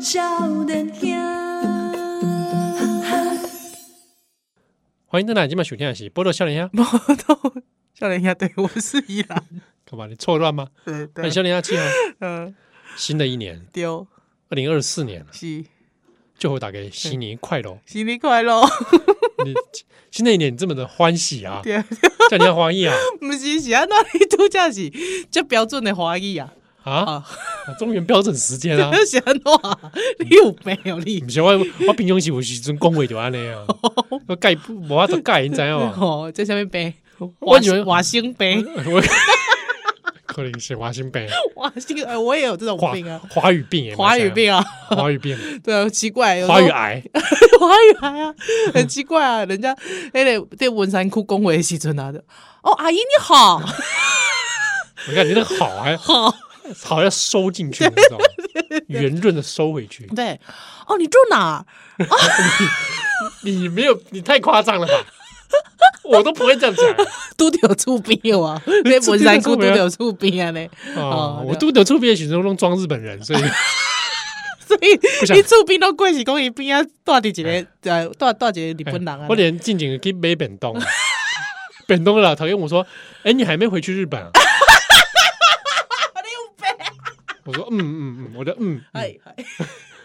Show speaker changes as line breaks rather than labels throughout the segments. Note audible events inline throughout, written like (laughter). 少年兄，
欢迎邓奶，今晚收听的是《波罗笑脸鸭》，
(laughs) 毛豆笑脸鸭，对我是伊朗，
干嘛？你错乱吗？
(laughs) 对
那
对
你，笑脸鸭
(laughs)
记啊，
嗯，
新的一年，
丢
二零二四年了，
是
最后打给新年快乐。
新年快乐，
你新的一年你这么的欢喜啊，
(laughs) 对，
叫你要欢
(laughs)
喜啊
不是是啊，那你度假是这标准的华语啊， (laughs)
啊！
啊，
中原标准时间啊，
是安怎？ (laughs) 你有没有你
不？是我我平常时有时阵讲话就安尼
(laughs)
啊，我改无法度改，你知影吗？
哦，这下面杯，
我以为
瓦星 (laughs) 杯，
(laughs) 我 (laughs) 可能是华心病，
瓦星，呃我也有这种
华
病啊，
华语病也，
华语病啊， (laughs)
华语病，
对啊，奇怪，有时候
华语癌，
(laughs) 华语来啊，很奇怪啊，人家那个在文山窟恭维的时阵啊，就哦，阿姨你好， (laughs) 哦
我看你那个好啊还
好，
好要收进去，你知道吗？圆润的收回去，
对，哦，你住哪？
你没有，你太夸张了吧？
(laughs)
我都不会这样讲
都有厝边啊 (laughs) 哇，那文山窟都有厝边啊嘞，
啊！
哦
我都得出毕业许都装日本人，
(laughs)
所以
所以
想
你厝边都过是讲伊边啊，住伫一个呃，住住一个日本人啊
我，连近景给没本 (laughs) 东，本东的老头跟我说：“哎，你还没回去日本啊？”
(laughs)
我说：“嗯嗯嗯，我的嗯，嗯
哎，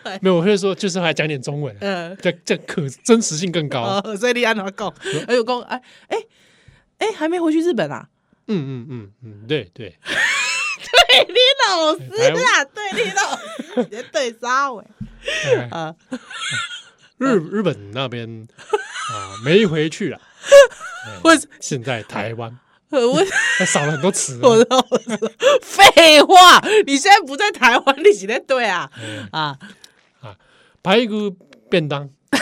哎
没有，我会说就是还讲点中文，啊
呃，
这这可真实性更高。
哦，所以你安怎讲？哎呦讲，哎哎哎，还没回去日本啊？
嗯嗯嗯嗯，对
(laughs)
对，
对你老师啦，对你老师，你在对啥喂？
哎
(laughs) 啊，
日日本那边啊没回去了，哎
我是
现在台湾
呃我
还少了很多词啊。
(laughs) 我老师，废话，你现在不在台湾，你是在对啊
哎
啊， (laughs)
排骨便当，哎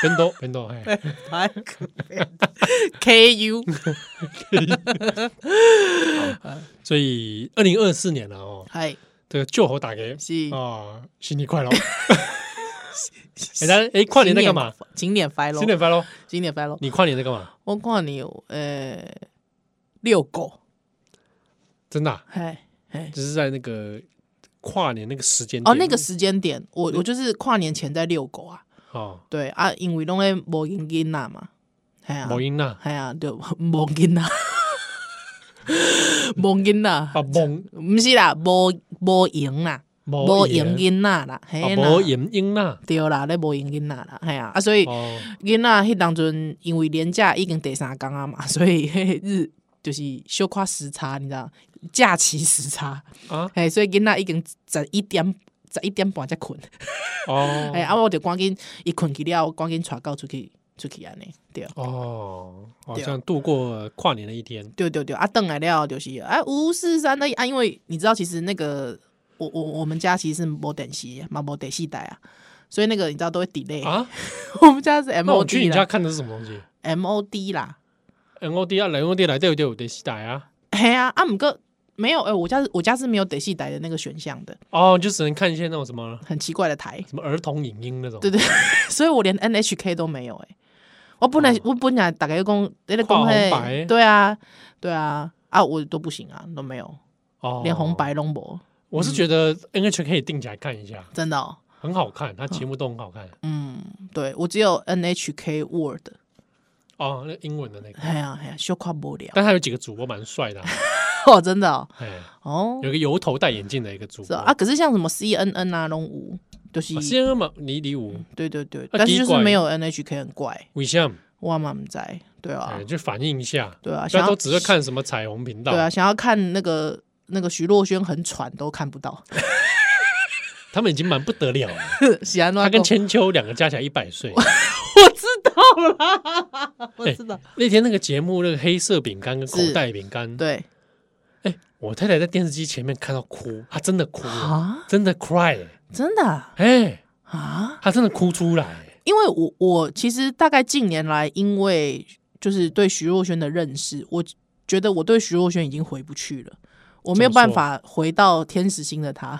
便当便当，哎，
台 K U
所以二零二四年了哦，
嗨
这个旧猴打给
是。
啊，新年
(laughs)
快乐！哎，咱哎，跨年在干嘛？？
景点翻喽
新，年快乐！
景点翻喽。
你跨年在干嘛？
我看你有呃遛狗，
真的啊，
哎哎
就是在那个跨年那个时间
哦，
点
那个时间点，我我就是跨年前在遛狗啊，
哦，
对啊，因为拢在无囡囡呐嘛，哎呀
某，音呐
哎呀，对， (laughs) 无囡呐，无囡呐，
啊，蒙
毋是啦，无无闲啦，无
某
闲
音
囡仔啦，
啊
嘿，
某
啦，
音音呐
对啦，咧无闲囡仔啦，哎呀，啊，所以。
哦，
囡仔迄当阵因为连假已经第三工啊嘛， (laughs) 所以迄日就是小可时差，你知道，假期时差，
啊
嘿，所以囡仔已经十一点。十一点半才困，
哦
哎、啊，我就赶紧伊困去了，赶紧带狗出去，出去安尼，对，
哦，好
对啊
像度过跨年的一天，
对对对，啊，邓来了就是，啊，五四三那啊，因为你知道，其实那个我我我们家其实是没电视，嘛没电视台啊，所以那个你知道都会 delay，、
啊，
(laughs) 我们家是
那我去
MOD
你家
啦
看的是什么东西
，MOD 啦，
？N O D 啊，N O D 来对对，有得西带啊，
嘿啊，啊，姆哥没有，哎、我家是我家是没有得戏台的那个选项的，
哦，你就只能看一些那种什么
很奇怪的台，
什么儿童影音那种
对， (laughs) 对，所以我连 NHK 都没有、哎，我本来、我本来大概公那个公
哦跨红
会
白，
对啊，对啊，啊，我都不行啊，都没有，
哦，
连红，白嗯龙博，
我是觉得 N H 可以定起来看一下，
真的、哦，
很好看，它节目都很好看
嗯，对我只有 NHK Word，
哦，那英文的那个，
哎呀哎呀，羞夸不了，
但它有几个主播蛮帅的啊，
(laughs) 哦，真的哦，
哎，
哦
有一个油头戴眼镜的一个主
是
播
啊，啊，可是像什么 CNN 啊，龙五就是，
哦 C N 嘛，李李武，
对对对，
啊
但是就
奇怪
是没有 NHK 很怪，
为什么？
我嘛不知道，对啊
哎，。就反映一下，
对啊，
大
想
家
要
都只会看什么彩虹频道
对，啊，想要看那个那个徐若瑄很喘都看不到， (laughs)
他们已经蛮不得了了。
喜安诺
他跟
讲
千秋两个加起来一百
(laughs)
岁。
我知道啦，我
哎
知道，
那天那个节目，那个黑色饼干跟口袋饼干，
对
我太太在电视机前面看到哭，她真的哭了，
啊，
真的 cry，
真的啊
哎，
啊，
她真的哭出来。
因为我我其实大概近年来，因为就是对徐若瑄的认识，我觉得我对徐若瑄已经回不去了。我没有
怎么
办
说
法回到天使星的她，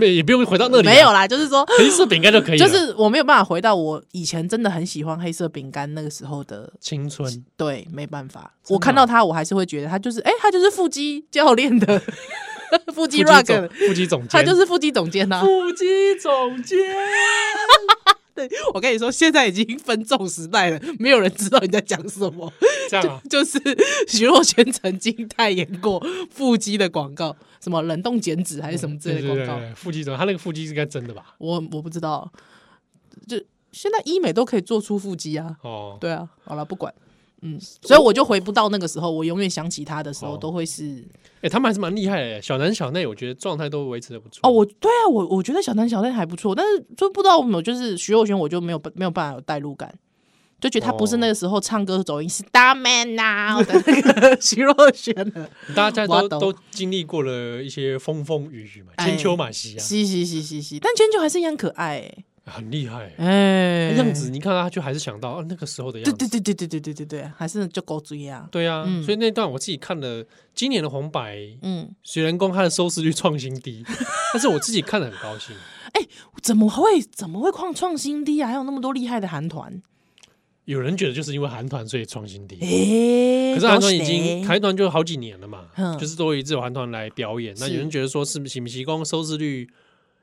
没也不用回到那里啊，
(laughs) 没有啦，就是说，
黑色饼干就可以了，
就是我没有办法回到我以前真的很喜欢黑色饼干那个时候的
青春。
对，没办法，
的
我看
啊
(laughs) 到他，我还是会觉得他就是，哎、他就是腹肌教练的腹
腹
肌
肌
rock，
总腹肌总监，
他就是腹肌总监啊呐、
腹肌总监。
对，我跟你说，现在已经分众时代了，没有人知道你在讲什么。 (laughs)
这样啊，
就是徐若瑄曾经代言过腹肌的广告，什么冷冻减脂还是什么之嗯类的广告，
对对对腹肌总，他那个腹肌应该真的吧？
我我不知道。就现在医美都可以做出腹肌啊，
哦，
对啊，好了，不管，嗯，所以我就回不到那个时候，我永远想起他的时候
哦
都会是
哎，他们还是蛮厉害的，小男小内，我觉得状态都维持的不错。
哦，我对啊，我我觉得小男小内还不错，但是就不知道为什么，就是徐若瑄，我就没有没有办法有代入感，就觉得她不
哦
是那个时候唱歌走音是 Star Man Now
(laughs)
的那个徐若瑄 (laughs) 了，
大家
我
都
懂
都经历过了一些风风雨雨嘛，
哎
千秋马兮啊，
嘻嘻嘻嘻嘻，但千秋还是一样可爱、欸，
很厉害。
哎、
样子，你看他就还是想到啊那个时候的样
对
子。
对对对对对对对对，还是就狗嘴啊，
对啊，
嗯
所以那段我自己看了，今年的红白
嗯，
水人工它的收视率创新
(laughs)
低，但是我自己看得很高兴。
怎么会怎么会创创新低啊？还有那么多厉害的韩团，
有人觉得就是因为韩团所以创新低，
哎、
可是韩团
都
已经
谁
韩团就好几年了嘛
嗯，
就是都有一直有韩团来表演。那
是
有人觉得说是不是喜不喜功收视率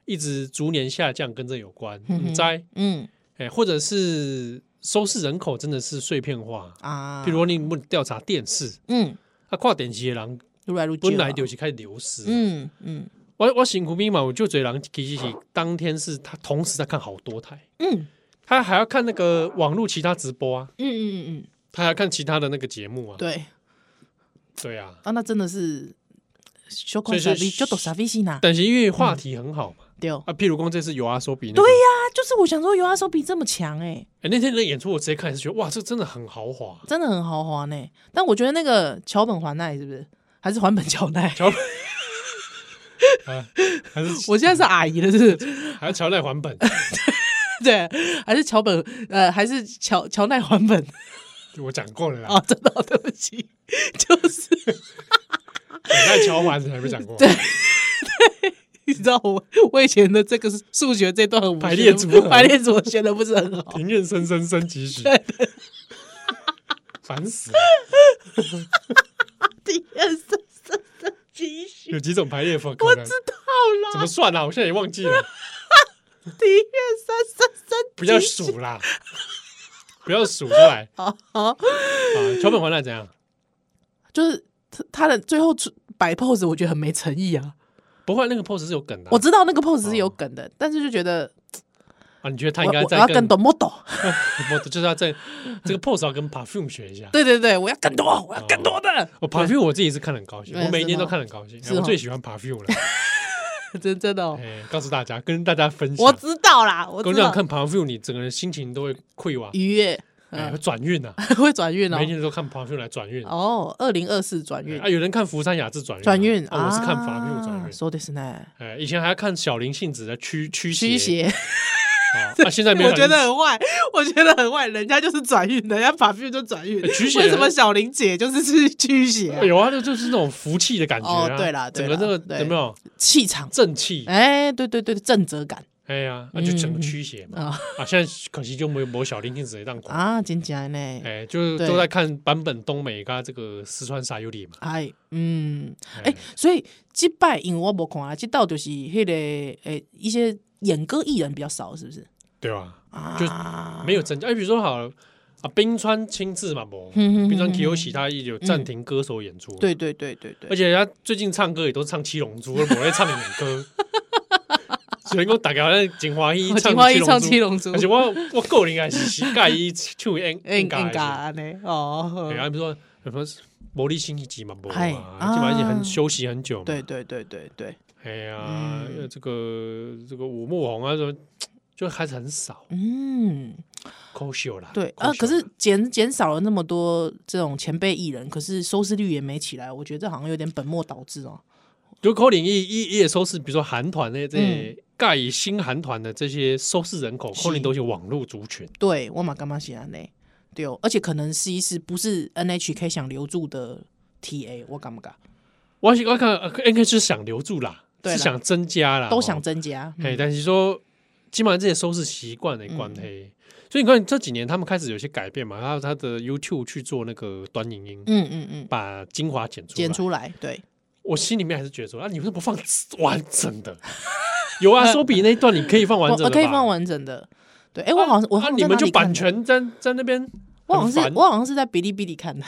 一直逐年下降，跟这有关，
嗯哼
嗯，在
嗯
哎，或者是收视人口真的是碎片化。
啊，
譬如说你们调查电视，
嗯，
啊，跨点级的人
如来如去啊，
本来就是开始流失，
嗯嗯
我我辛苦密嘛，我就嘴狼其实是当天是他同时在看好多台，
嗯
他还要看那个网络其他直播啊，
嗯嗯嗯
他还要看其他的那个节目啊
嗯，，对。
对啊。
啊，那真的是小
所
款
以
傻
是
逼，就懂傻逼心呐，
但是因为话题很好嘛，
对哦。
啊，譬如光这次有阿手比、那
对
呀、
啊，就是我想说，有阿手比这么强哎、
哎那天的演出我直接看也是觉得哇，这真的很豪华。
真的很豪华呢、但我觉得那个桥本环奈是不是，还是还本桥
(laughs)
奈？
乔，啊，还是
(laughs) 我现在是阿姨了，是不是？ (laughs)
还要乔奈还本，
对，还是桥本，呃，还是桥桥奈还本 (laughs)
我讲过了啦，
啊、真的、对不起， (laughs) 就是
我在乔完还没讲过，
你知道我我以前的这个数学这段我
排
学
列
得
组合
(laughs) 排列组合学的不是很好， (laughs)
庭院深深深几许，烦死了。
第二是是是继续
有几种排列法可能？
到了。
怎么算啊啦、我现在也忘记了，
庭院三三三，
不要数
(laughs)
啦，不要数出来
好好，
啊！桥本环奈怎样？
就是他他的最后出摆 pose，我觉得很没诚意啊。
不会，那个 pose 是有梗的啊、
我知道那个 pose 是有梗的，但是就觉得
啊，你觉得他
我
应该
我我
再
要更
(laughs)
懂 model，
我就是要
(laughs)
在这个 pose 要跟 perfume 学一下。
对对对，我要更多，我要更多的，
我 perfume 我自己是看得很高兴，
对
我每一年
是吗
都看得很高兴。哎
是哦
我最喜欢 perfume 了，
(laughs) (laughs) 真真的哦，
哎，啊告诉大家，跟大家分享。
我知道啦，我
跟
知
你讲，
道
看 perfume，你整个人心情都会溃哇，
愉悦， (laughs)
哎，
嗯
会，转运啊，
会转运哦
每一，年都看 perfume 来转运。
哦，二零二四转运
啊，，有人看福山雅治转运啊，
转运
啊，我是看 perfume 转运。
说的是呢，
哎，以前还要看小林幸子的驱驱
驱邪，
啊，那现在没有
(laughs) 我
想
觉得很坏，我觉得很坏，人家就是转运，人家法律就转运，
哎驱邪
为什么小玲姐就是是驱邪啊
有啊，那就是那种福气的感觉啊。
哦对啦对
整
啦
个那
对
个有没有
气场？
正气？
哎，对对对，正则感
哎呀，那就整个驱邪嘛。
啊
啊，现在可惜就没有没有小林幸子当款。
啊，真假呢？
哎，就是
对
都在看版本东美跟这个四川沙优里嘛。
哎，嗯，哎
哎，
所以这摆因为我无看啊，这道就是迄、个诶一些演歌艺人比较少，是不是？
对吧？
啊，
没有增加。哎，比如说好了啊，冰川亲自嘛，不，
嗯哼
冰川
哼哼
k y o s 他也有暂停歌手演出。
对，对对对对
而，且他最近唱歌也都是唱《七龙珠》，我在唱演
(laughs)
歌。所以我大家好像锦华一
哦金花一唱
珠
七龙
(laughs)
珠
而，且我我个人也是是介意唱 N
应
N
应该
噶，
安尼哦
对，啊，比如说什么魔力星期几嘛，无
嗨
嘛，基本上已经
啊
很休息很久嘛，
对，对对对对，
哎呀
嗯，
这个这个五木红啊，什么就还是很少，
嗯，
可惜啦，
对
可惜
啊，
啦
可是减减少了那么多这种前辈艺人，可是收视率也没起来，我觉得这好像有点本末倒置哦。
就可能一一也收视，比如说韩团的这些介意新韩团的这些收视人口，
嗯是
可能都是网络族群，
对，我嘛干嘛喜欢呢？对哦，而且可能是一是不是 NHK 想留住的 TA，我敢不敢？
我是我看呃应该是想留住啦，
对
是
啦
想增加啦，
都
哦
想增加，嗯
哎、但是说基本上这些收视习惯的关系，
嗯
所以你看这几年他们开始有些改变嘛，然后他的 YouTube 去做那个短影音，
嗯嗯嗯，
把精华剪出来，
剪出来，对，
我心里面还是觉得说，啊，你为什么不放完整
(laughs)
的？有啊，手比那一段你可以放完
我
整的
呃我
吧，
可以放完整的。对，哎，我好像我
啊
好像
你
在
们
哪
就
里
版
看的，
权在在那边，
我好
很
像是
烦
我好像是在哔哩哔哩看的。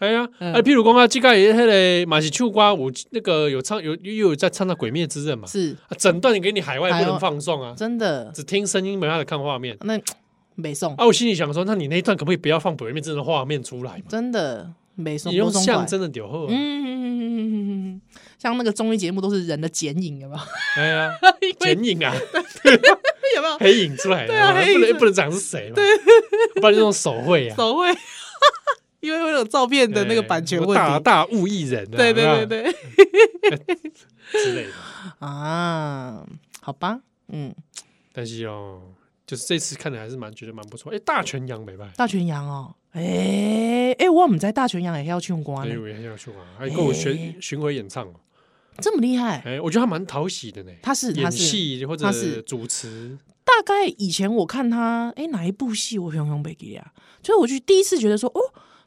哎呀，
嗯
哎，譬如讲啊，这个也迄个马戏秋瓜，我那个有唱有又有在唱到《鬼灭之刃》嘛，
是
啊整段你给你海外
海
不
外
能放送啊，
真的，
只听声音没办法看画面。
那没送，
(laughs) 啊，我心里想说，那你那一段可不可以不要放《鬼灭之刃》的画面出来嘛？
真的没送，
你用
不送
象
款
征的丢后，
嗯，像那个综艺节目都是人的剪影，有没有？ (laughs)
哎呀，剪影啊，
有没有
黑影出来了，
对啊黑影
不
出
能
来
不能讲是谁嘛，不然就用手绘啊，
(laughs) 手绘？因为会有照片的那个
哎
版权
什么
问
大
题。
大物艺人啊，
对对
有没有
对对 (laughs)
之类的。
啊，好吧，嗯，
但是哦，就是这次看的还是蛮觉得蛮不错。哎，大全羊没败，
大全羊哦，哎、哎、我们在大哎全羊也要去用光
哎，
呢，
我也要去玩，还跟我巡巡回演唱哦。
这么厉害。
哎，我觉得他蛮讨喜的呢，
他是他
演
是，
戏或
他
者
是
主持，
大概以前我看他，哎、哪一部戏我熊熊北吉啊？所以我就第一次觉得说，哦，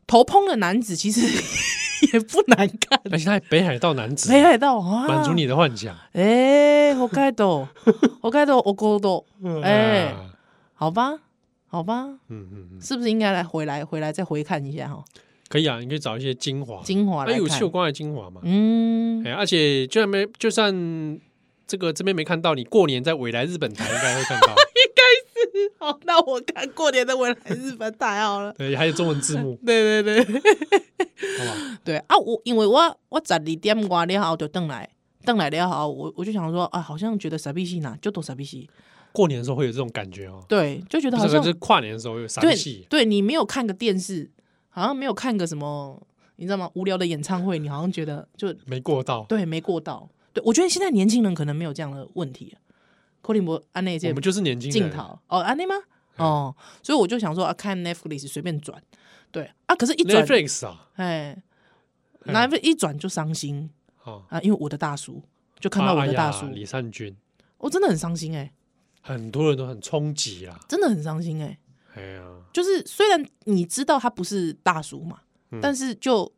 头蓬的男子其实 (laughs) 也不难看，
而且他还北海道男子，
北海道啊，
满足你的幻想。
哎，我盖
(laughs)
斗，我盖斗，我勾斗，哎
啊
好吧，好吧，
嗯嗯嗯，
是不是应该来回来回来再回看一下哈？
可以啊，你可以找一些精华，
精华
哎，
来
有
看
秀，光的精华嘛。 (laughs)
嗯，
哎，而且就算没就算。这个这边没看到，你过年在未来日本台应该会
(laughs)
看到，。
好，那我看过年的我来日本太好了
对，还有中文字幕，
对对对
好不好？
对啊，我因为我我十二点外了后就邓来。邓来了后，我我就想说啊，好像觉得傻逼戏呢，就懂傻逼戏，
过年的时候会有这种感觉哦，
对，就觉得好
这个
像
就是跨年的时候有赏
对
戏，
对，你没有看个电视，好像没有看个什么，你知道吗？无聊的演唱会，你好像觉得就
没过到，
对，没过到。对，我觉得现在年轻人可能没有这样的问题。柯林博安内
我
这
们就是年轻
镜
人，嗯
头哦，安内吗？哦，所以我就想说啊，看 Netflix 随便转，对啊，可是一转，
Netflix 啊，
哎
嗯
，Netflix 一转就伤心
哦，
啊，因为我的大叔就看到我
哎
的
呀
大叔，
李善均，
我真的很伤心哎，
很多人都很冲击啦，
真的很伤心哎。
哎呀，
就是虽然你知道他不是大叔嘛，
嗯
但是就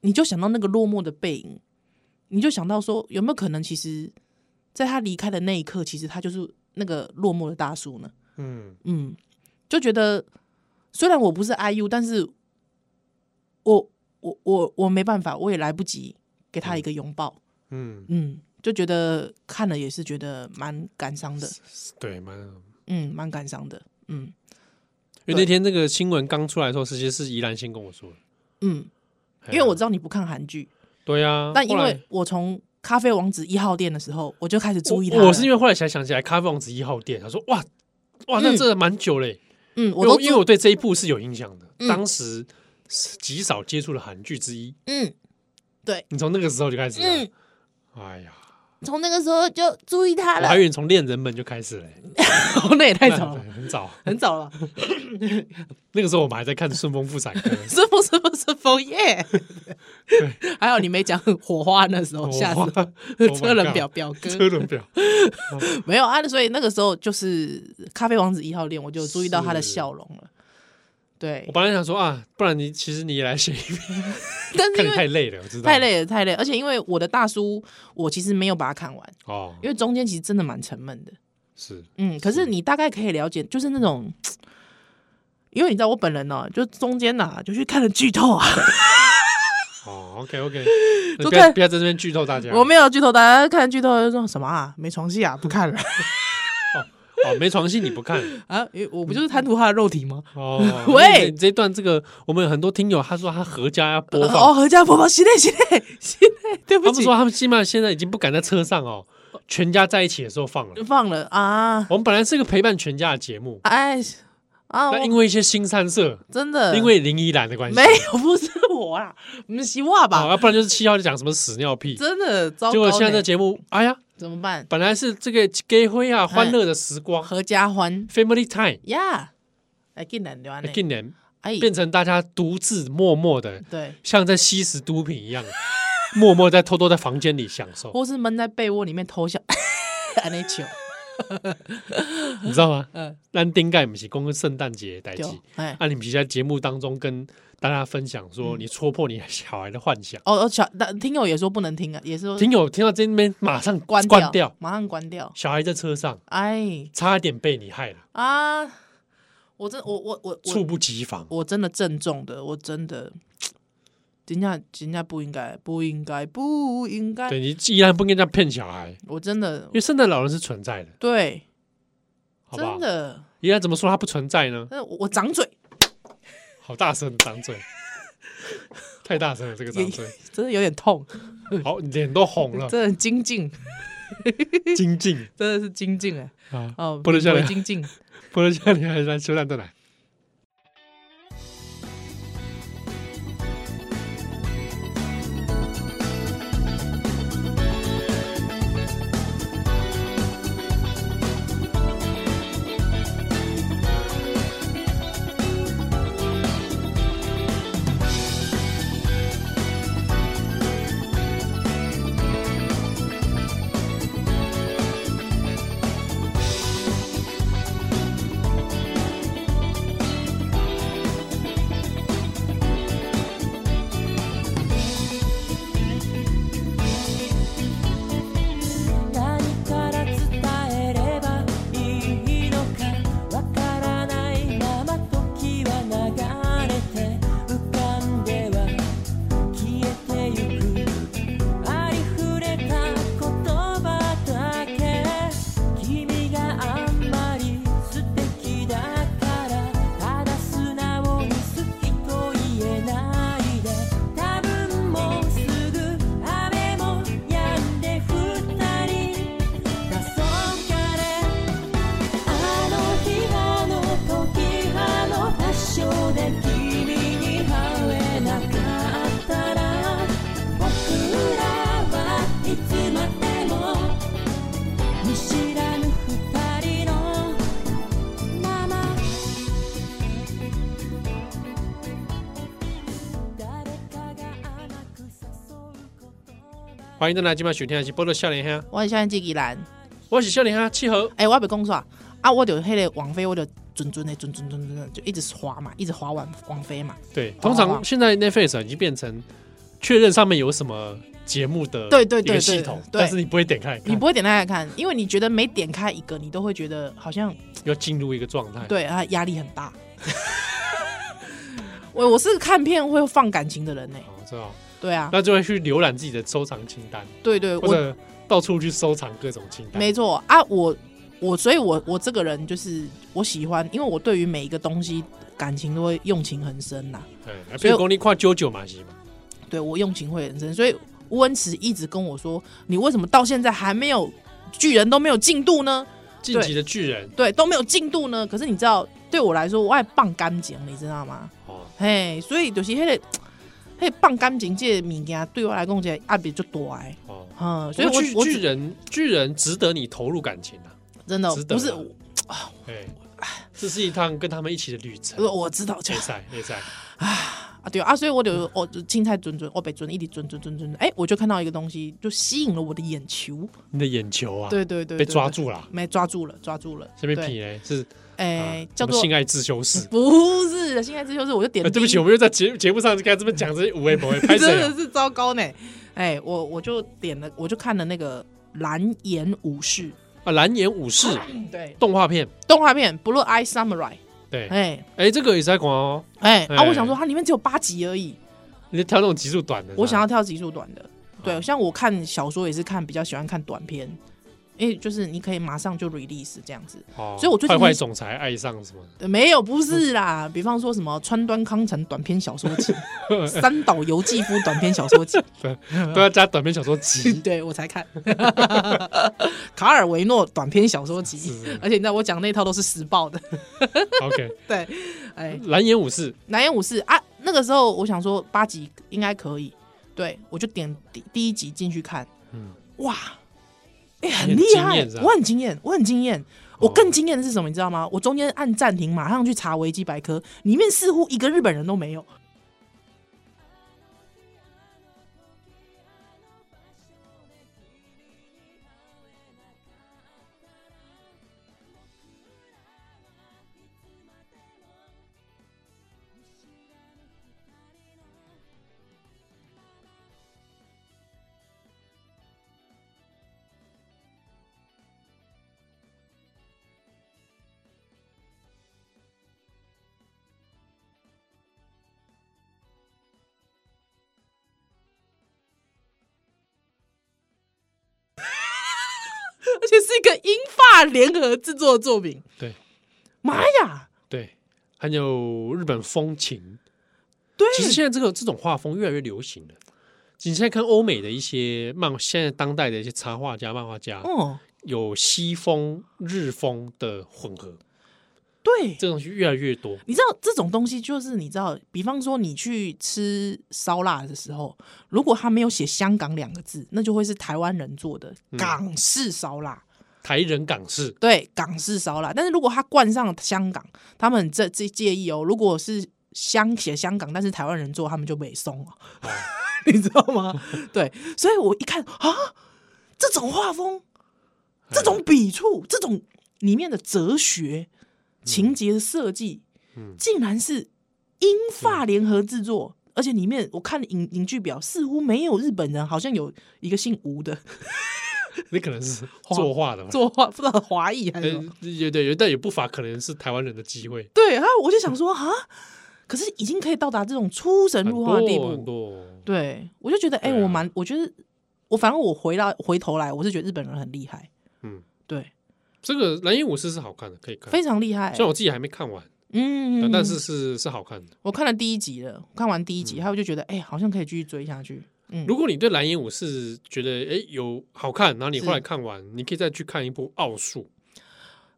你就想到那个落寞的背影，你就想到说有没有可能，其实在他离开的那一刻，其实他就是那个落寞的大叔呢？
嗯，
嗯，就觉得虽然我不是 IU，但是我我我我没办法，我也来不及给他一个拥抱，
嗯，
嗯。就觉得看了也是觉得蛮感伤的，
对，蛮。
嗯，蛮感伤的，嗯
因为那天那个新闻刚出来的时候，其实是宜兰先跟我说的，
嗯，
哎呀
因为我知道你不看韩剧，
对呀，
但因
后来
为我从咖啡王子一号店的时候，我就开始注意他
我，我是因
为
为后来才想起来咖啡王子一号店，他说哇哇，那
嗯
这蛮久嘞，
嗯，
因
我
为
都
因为
注
我对这一部是有印象的，
嗯
当时是极少接触的韩剧之一，
嗯
你从那个时候就开始了，
嗯，
哎呀，
从那个时候就注意他
我
了 (laughs) 哦
还。以为你从恋人们就开始了，
那也太早
那
了，
很早。
很早了。，
那个时候我们还在看《顺风妇产科》
(laughs) 是不是不是枫叶？还好你没讲火花
(laughs)
那时候，哦吓死
哇
我
Oh my
(laughs) 车轮表
God
表哥
车轮表，
没有啊，所以那个时候就是咖啡王子一号店，我就注意到他的
是
笑容了。对
我，本来想说 (laughs) 啊，不然你其实你也来写一篇，
但是
看
因
你
为
太累了，我知道
太累了，太累了，而且因为我的大叔，我其实没有把它看完，
哦，
因为中间其实真的蛮沉闷的。
是
嗯，可是你大概可以了解，就是那种，因为你知道我本人呢、哦就中间呐、就去看了剧透啊，
哦，OK
(laughs)
OK，
就
不要
看
不要在这边剧透大家，
我没有剧透，大家看了剧透就说什么啊，没床戏啊，不看了
哦没床戏你不看
(laughs) 啊，因为我不就是贪图他的肉体吗？，
哦
(laughs) 喂
因为你这一段这个我们有很多听友他说他合家要播
呃哦，
放，
合家婆婆，系列系列系列，对
他
不
们
起，
说他们起码现在已经不敢在车上哦，全家在一起的时候放了。
放了啊，
我们本来是个陪伴全家的节目，
哎啊，
但
我
因为一些新三色，
真的
因为林依兰的关系，
嗯没有不是我啦，不是我
啊，
吧？
要不然就是七号就讲什么屎尿屁，
真的糟
结
糕
果
呢，
现在这节目，哎呀，
怎么办？
本来是这个 gay 灰
嗯
啊，欢乐的时光
合家欢
，family time，
呀，来进来聊呢，
竟然
哎，
变成大家独自默默的，
对。
像在吸食毒品一样，
哦
默默在偷偷在房间里享受。(laughs)
(laughs) 或是闷在被窝里面偷笑，安内球，
你知道吗？
嗯，
咱顶盖不是讲圣诞节的代
对
志，，
哎，
啊，你们是在节目当中跟大家分享
嗯
说，你戳破你小孩的幻想。
哦哦，小那听友也说不能听啊，也是说
听友听到这边马上
关
关掉，
马上关掉。
小孩在车上
哎
差一点被你害了，
啊，我真我我我
猝
我
不及防。
我真的郑重的，我真的，人家人家不应该，不应该，不应该，
对你依然不跟人家骗小孩，
我真的
因为圣诞老人是存在的，
对，
好不好
真？的，
依然怎么说他不存在呢？
那我我掌嘴，
好大声，张
(laughs)
嘴，太大声了，这个张嘴，嗯
真的有点痛，
好，脸都红了，
真的很精进，
精进
真的是精进哎、
啊！
哦，
不能下来
美国精进。
不能像你还来修蛋蛋来。
何から伝えればいいのかわからないまま時は流れて浮かんでは消えてゆくありふれた言葉だけ君があんまり素敵だからただ素直に好きと言えないで多分もうすぐ雨も止んで二人黄昏「あの日あの時あの場所で君に会えなかったら」「僕らはいつまでも見知らぬ二人のまま」「誰かが甘く誘う言葉」
欢迎大家今晚收听的是《波多笑脸虾》，
我现在自己懒，
我是笑脸虾七和。
哎、我还没讲啥啊，我就迄个王菲，我就准准的准准准准的，就一直滑嘛，一直滑完王菲嘛。
对，通
哦好
常
好
现在 Netflix 啊已经变成确认上面有什么节目的
对对
一
对
个
对
系统，
对
但是你不会点开来看，
你不会点开来看，因为你觉得每点开一个，你都会觉得好像
要进入一个状态。
对啊，压力很大。 (laughs) 我我是看片会放感情的人呢、
哦，知道，
对啊，
那就会去浏览自己的收藏清单，
对对，
或
我
者到处去收藏各种清单。
没错啊，我我所以我，我这个人就是我喜欢，因为我对于每一个东西感情都会用情很深呐、
哎，啊比
所以
如讲你看九九嘛是嘛，
对我用情会很深，所以吴文慈一直跟我说，你为什么到现在还没有巨人都没有进度呢？
晋级的巨人
对，都没有进度呢。可是你知道，对我来说，我爱棒干净，你知道吗？
哦，
嘿，所以就是迄、那个。迄棒干净这个物件对我来讲，这个压力就大哎，
哦，
嗯，
所
所以
以
我
巨
我
巨人巨人值得你投入感情啊，
真的
值得
不是
啊，哎，这是一趟跟他们一起的旅程。
我啊我知道，就
联赛联
(laughs)
赛，
啊，对啊，所以我就我青菜准准，我北准一直准准准准，哎、我就看到一个东西，就吸引了我的眼球。
你的眼球啊，
对对对
被
对
抓
对
住了。
没抓住了，抓住了。
下面
对
品嘞是
哎、
啊
叫
什么
做
性爱自修室。
不是，现在这就是我就 (laughs) 点、
呃，对不起，我，们又在节节目上开始这边讲这些无微不微，
(laughs)
拍啊
真
摄
的是糟糕呢。哎、我我就点了，我就看了那个《蓝颜武士
啊，蓝眼武
(laughs)
士
对
动画片，
动画片《Blue Eye Samurai》
对，
哎
哎，这个也是在广哦，
哎啊，
哎
我想说它里面只有八集而已，
你挑那种集数短的，
我想
要
要跳集数短的。对，像我看小说也是看比较喜欢看短片，因为就是你可以马上就 release 这样子。
哦，
所以我最近
坏坏
很
总裁爱上
(laughs)
什么
呃没有，不是
嗯
啦。比方说什么川端康成短篇小说集，
(laughs)
三岛由纪夫短篇小说集，，
都要加短篇小说集
(laughs) 对我才看。卡尔维诺短篇小说集，
是是
而且你知道我讲那套都是时报的。 (laughs)
OK，
对，哎，
蓝眼武士
南烟武士啊，那个时候我想说八集应该可以，对我就点第第一集进去看，
嗯
哇，哎、很
很
厉
惊
害
艳是，吧哦
我很惊艳，我很惊艳。我更惊艳的是什么，你知道吗？我中间按暂停，马上去查维基百科，里面似乎一个日本人都没有。 (laughs) 而且是一个英法联合制作的作品。
对
妈呀，
对，还有日本风情。
对，
其实现在这个这种画风越来越流行了。你现在看欧美的一些漫，现在当代的一些插画家、漫画家，
哦，
有西风、日风的混合，
对，
这种东西越来越多。
你知道这种东西就是你知道，比方说你去吃烧腊的时候，如果他没有写“香港”两个字，那就会是台湾人做的港式烧腊。
台人港式，
对，港式烧腊。但是如果他冠上香港，他们这这介意哦。如果是香写香港，但是台湾人做，他们就没松哦， (laughs) 你知道吗？对，所以我一看啊，这种画风，这种笔触，这种里面的哲学、情节的设计，
嗯
竟然是英法联合制作。而且里面我看影影剧表似乎没有日本人，好像有一个姓吴的
哎你可能是作画的吧？
(laughs) 作画，不知道华裔还是什么。
呃也对，也但也不乏可能是台湾人的机会，
对，然后我就想说啊，可是已经可以到达这种出神
很
入
多
化的啊地
很
步。
多。
对，我就觉得，哎、
对啊
我蛮，我觉得，我反正我回到回头来，我是觉得日本人很厉害，
嗯，
对，
这个《蓝鹰武士》是好看的，可以看。
非常厉害
虽。然我自己还没看完，
嗯
但但是是是好看的。
我看了第一集了，我看完第一
嗯
集，然后我就觉得，哎、好像可以继续追下去。嗯，
如果你对《蓝鹰武士》觉得哎有好看，然后你
是
后来看完，你可以再去看一部《奥数》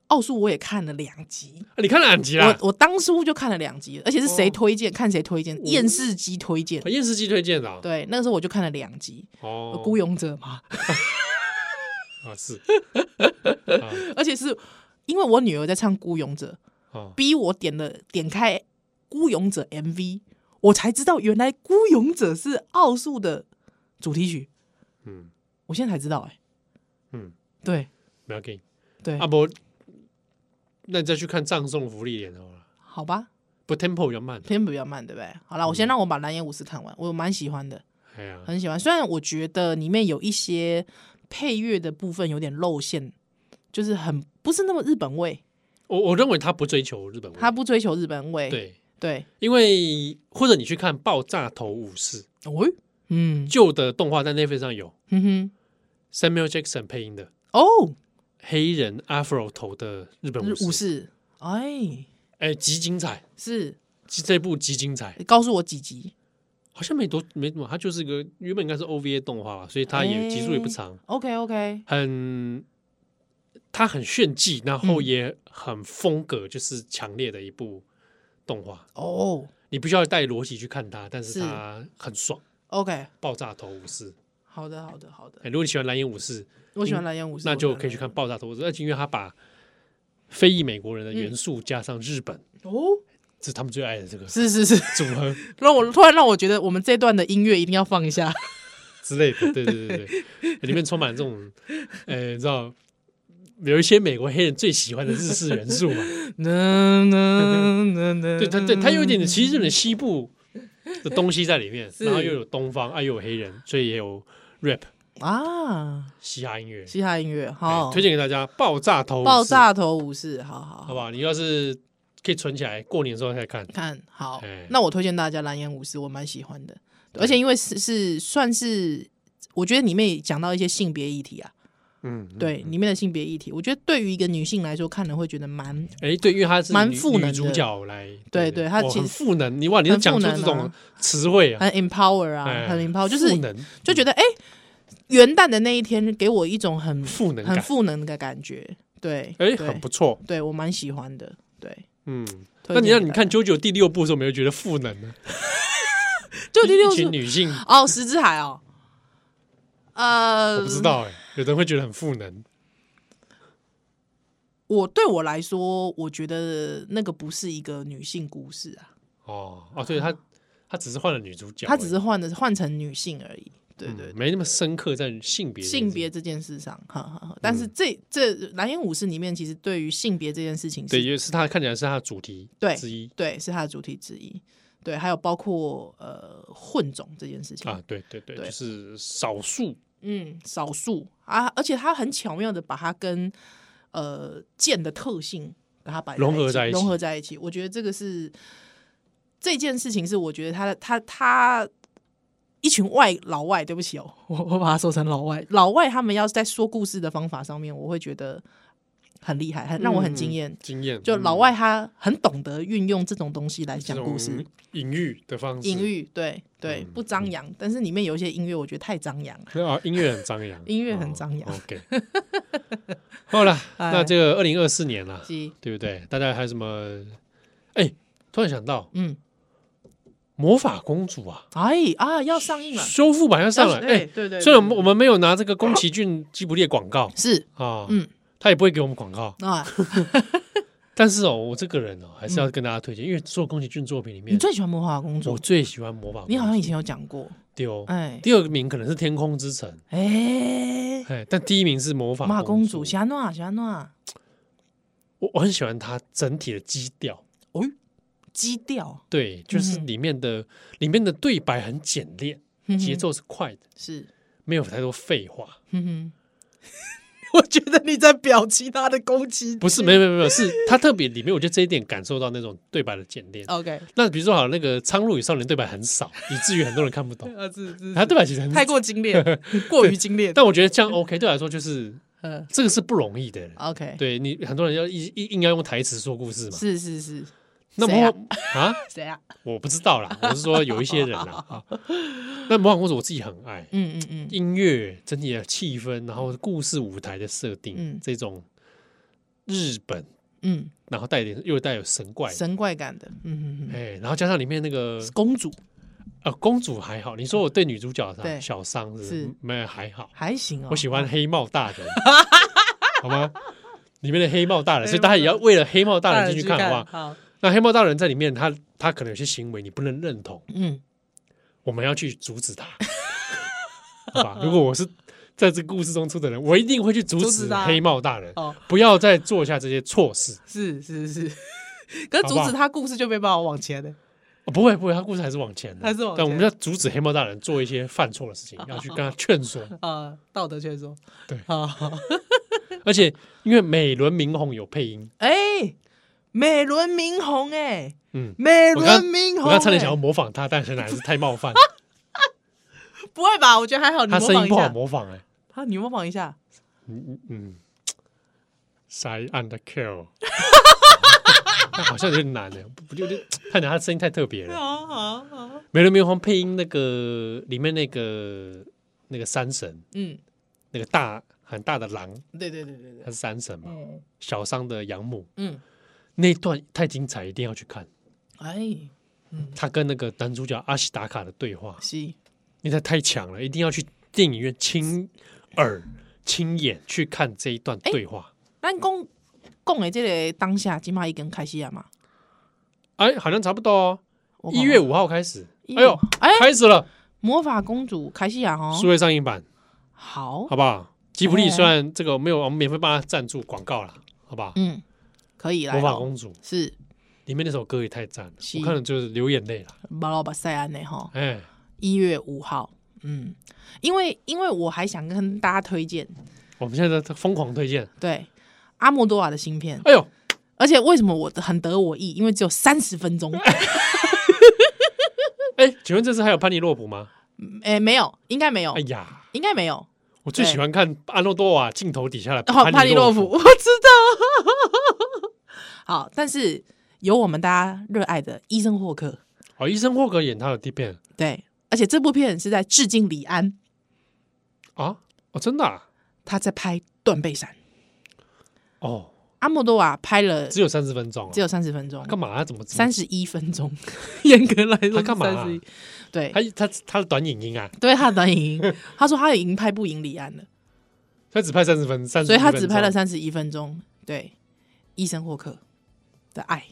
奥数我也看了两集，
啊，你看了两集啦？
我我当初就看了两集，而且是谁
哦
推荐，看谁推荐，电视机推荐。
验视机推荐的啊
对，那个时候我就看了两集，
哦，
孤勇者嘛，
啊是 (laughs)
而且是因为我女儿在唱《孤勇者》，
啊，
逼我点了点开《孤勇者》MV，我才知道原来《孤勇者》是奥数的主题曲。
嗯
我现在才知道、欸，哎，
嗯，
对
不要紧
对，
啊不，那你再去看《葬送福利莲》好了，
好吧，
不 tempo 比较慢。啊
偏比较慢，对不对？好了，
嗯
我先让我把《蓝颜武士》看完，我蛮喜欢的，
哎呀，
很喜欢。虽然我觉得里面有一些配乐的部分有点露馅，就是很不是那么日本味，
我我认为他不追求日本文化，
他不追求日本味，
对，
对，
因为或者你去看《爆炸头武士》
哦，嗯
旧的动画，在 Netflix 上有
哼哼，
Samuel Jackson 配音的
哦，
黑人 Afro 头的日本武士，
武士，哎，
哎，极精彩，
是
这部极精彩，
告诉我几集
好像没多没什么，它就是个原本应该是 OVA 动画吧，所以它也
哎
集数也不长，
？OK OK，
很它很炫技，然
嗯
后也很风格就是强烈的一部动画，
哦
你必须要带逻辑去看它，但是
是
它很爽，
，OK，
爆炸头武士。
好的，好的，好的
哎、。如果你喜欢蓝眼武士，
我喜欢蓝烟武士，
嗯那
我喜
就
欢
可以去看
蓝
《爆炸头武士》，而且因为他把非裔美国人的元素加上日本，
烟武士哦，
这是他们最爱的这个 (laughs)
是是是，
组合
让我突然让我觉得我们这段的音乐一定要放
(laughs)
一下，
之类的。对对对对，
(laughs)
里面充满这种，呃，你知道有一些美国黑人最喜欢的日式元素嘛？
能能能能，
对，他对他有一点点，其实有点西部的东西在里面，
嗯 (laughs) 是
然后又有东方，啊，又有黑人，所以也有 rap
啊，
嘻哈音乐。
嘻哈音乐
哎
好，
推荐给大家《爆炸头武士》，
爆炸头武士，好好
好
好
不好？你要是可以存起来，过年的时候再看。
看好
哎，
那我推荐大家蓝烟武士，我蛮喜欢的，而且因为是是算是。我觉得里面也讲到一些性别议题啊，
嗯，嗯
对里面的性别议题，我觉得对于一个女性来说，看了会觉得蛮
哎、对，因为她是
蛮
女
赋能
女主
的
角来，
对对她
哦
其
很
实
赋能。你哇，你
很
是讲
赋
出
能
这种
啊
词汇啊，
很 empower 啊，
哎
很 empower，就是
赋能
就觉得哎、诶元旦的那一天给我一种很
赋能
很
感，
赋能的感觉，对，
哎、
对
很不错。
对我蛮喜欢的，对。
嗯，
推
那你
荐
让
给
你
大
看九九第六部的时候，没有觉得赋能呢？
家，就第
一
六
一群
是
女性，
哦，石之海哦，呃，
我不知，道哎、有的人会觉得很赋能，
我对我来说，我觉得那个不是一个女性故事啊，
哦哦，对她，她只是换了女主角而已，
她只是换的换成女性而已，对
嗯
对
没那么深刻在性别这嗯件
性
事
别这件事上，哈哈哈。但是这、这《蓝颜武士》里面，其实对于性别这件事情是
对，也是她看起来是她的主题
对
之一
对，是它的主题之一。对，还有包括呃混种这件事情
啊，对对对，
对
就是少数
嗯，少数啊，而且它很巧妙的把它跟呃剑的特性把它摆
融合在一
融
起
合在一起。我觉得这个是这件事情是我觉得它的它它一群外老外，对不起哦， (laughs) 我我把它说成老外，老外他们要是在说故事的方法上面，我会觉得很厉害，很让我
嗯
很惊艳。
经验
就老外他很懂得运用这种东西来
嗯这
讲
种
故事，
隐喻的方式，嗯
隐喻，对对，不张扬，但是里面有一些音乐我觉得太张扬了。
啊，音乐很张扬，
(laughs) 音乐很张扬
哦
(laughs)
OK，好了，
哎
那这个二零二四年了，
鸡，
对不对？大家还有什么？哎，突然想到
嗯，
魔法公主啊，
哎啊，要上映了，
修复版要上来，
对
哎，
对对，
虽然我们
对
我们没有拿这个宫崎骏吉卜力的广告
是
啊，
嗯，
他也不会给我们广告，
啊，
但是哦，我这个人哦，还是要跟大家推荐，因为所有宫崎骏作品里
嗯你
面，
最喜欢魔法公主
我？最喜欢魔法公主。
你好像以前有讲过，
丢，
哎
第二个名可能是天空之城，
哎，
哎，但第一名是魔法
魔法公主，
主
喜。欢诺喜欢诺，啊
我我很喜欢它整体的基调，
哦，基调
对，就是
嗯哼
里面的、里面的对白很简练，
嗯哼哼
节奏是快的，
(laughs) 是，
没有太多废话。
哼哼，我觉得你在表其他的攻 (laughs) 击，
不是，没有没有没有，是它特别里面，我觉得这一点感受到那种对白的简练。
，OK，
那比如说好了，那个《苍鹭与少年》对白很
(laughs)
少，以至于很多人看不懂。
啊，是是
它对白其实很少
太，过精 (laughs) 炼，过于精炼，
但我觉得这样 OK，对我来说就是
嗯
这个是不容易的。
，OK，
对你很多人要硬硬硬要用台词说故事嘛？
是是是，
那
谁啊
魔法 (laughs) 啊，
谁啊？
我不知道啦，我是说有一些人
(laughs)
啦。啊那魔法公主我自己很爱，
嗯嗯嗯，
音乐整体的气氛，然后故事舞台的设定，
嗯
这种日本，
嗯，
然后带点又带有神怪，
神怪感的，嗯嗯嗯
哎，然后加上里面那个
公主
呃公主还好，你说我对女主角
对
的小伤是不
是
是没有还好，
还行哦，
我喜欢黑帽大
(laughs)
人，好吗？里面的黑帽大人，
黑帽大人
所以大家也要为了黑帽大人进去看，好
好
不好？那黑帽大人在里面，他他可能有些行为你不能认同，
嗯，
我们要去阻止
(laughs)
他，好吧？如果我是在这个故事中出的人，我一定会去阻
阻止
止
他
黑帽大人，
哦，
不要再做下这些错事。
是是是， (laughs) 可是
好
阻
不好
止他故事就没办法往前的，
哦、不会不会，他故事还是往前的，
还是往前
但我们要阻止黑帽大人做一些犯错的
(laughs)
事情，要去跟他劝说。
啊，道德劝说，
对
啊，
而且因为美轮明宏有配音，
哎，美轮明宏，哎，
嗯，
美
我刚
轮明宏，
我刚差点想要
哎，
模仿他，但是还是太冒犯，
不会吧？我觉得还好， (laughs) 你
他
模
声
仿
音
一
不好
下，
模仿哎、
他你模仿一下，
嗯嗯，Shy and Kill，好像有点难哎，不有点太难，他声音太特
(laughs)
别了。
好好好，
美轮明宏配音那个里面那个那个山神，
嗯，
那个大很大的狼，
对对对对对，
他是山神嘛，
嗯
小商的养母
嗯，
那一段太精彩，一定要去看。
哎，
他跟那个男主角阿西达卡的对话，
是，
因为他太强了，一定要去电影院亲耳亲眼去看这一段对话。
咱讲讲的这个当下，今嘛已经开始了啊嘛，
哎，好像差不多哦，
我看
一月五号开始。
一月
哎呦，
哎，
开始了，
魔法公主开西亚哦
数，位上映版，
好，
好不好？吉卜力
哎
虽然这个没有，我们免费帮他赞助广告啦，好不好？
嗯，可以来
魔法
咯，
公主
是
里面那首歌也太赞了，
是哦
我看了就是流眼泪了。
巴老巴塞安内哈，
哎，
一月五号，嗯，因为因为我还想跟大家推荐
我们现在在疯狂推荐。
对阿莫多瓦的新片，
哎呦，
而且为什么我很得我意？因为只有三十分 (laughs) 钟，
哎，请问这次还有潘尼洛普吗？
哎，没有，应该没有
哎，呀，
应该没有。
我最喜欢看安诺多瓦镜头底下的
哦，帕
尼
尼洛夫， (laughs)
夫。
我知道。 (laughs) 好，但是有我们大家热爱的医生霍克，
哦，医生霍格演他的 D 片
对，而且这部片是在致敬李安，
啊，哦，真的啊
他在拍《断背山》。
哦，
阿莫多瓦拍了
只有三十分钟啊
只，有三十分钟，
干嘛啊？怎么
三十一分钟， (laughs) 严格来说
他干嘛啊
三十一，对
他，他他的短影音啊？
对他的短影音，他说他已经拍不赢李安了，
他只拍三十分，三十，
所以他只拍了三十一分钟。对，医生霍克的爱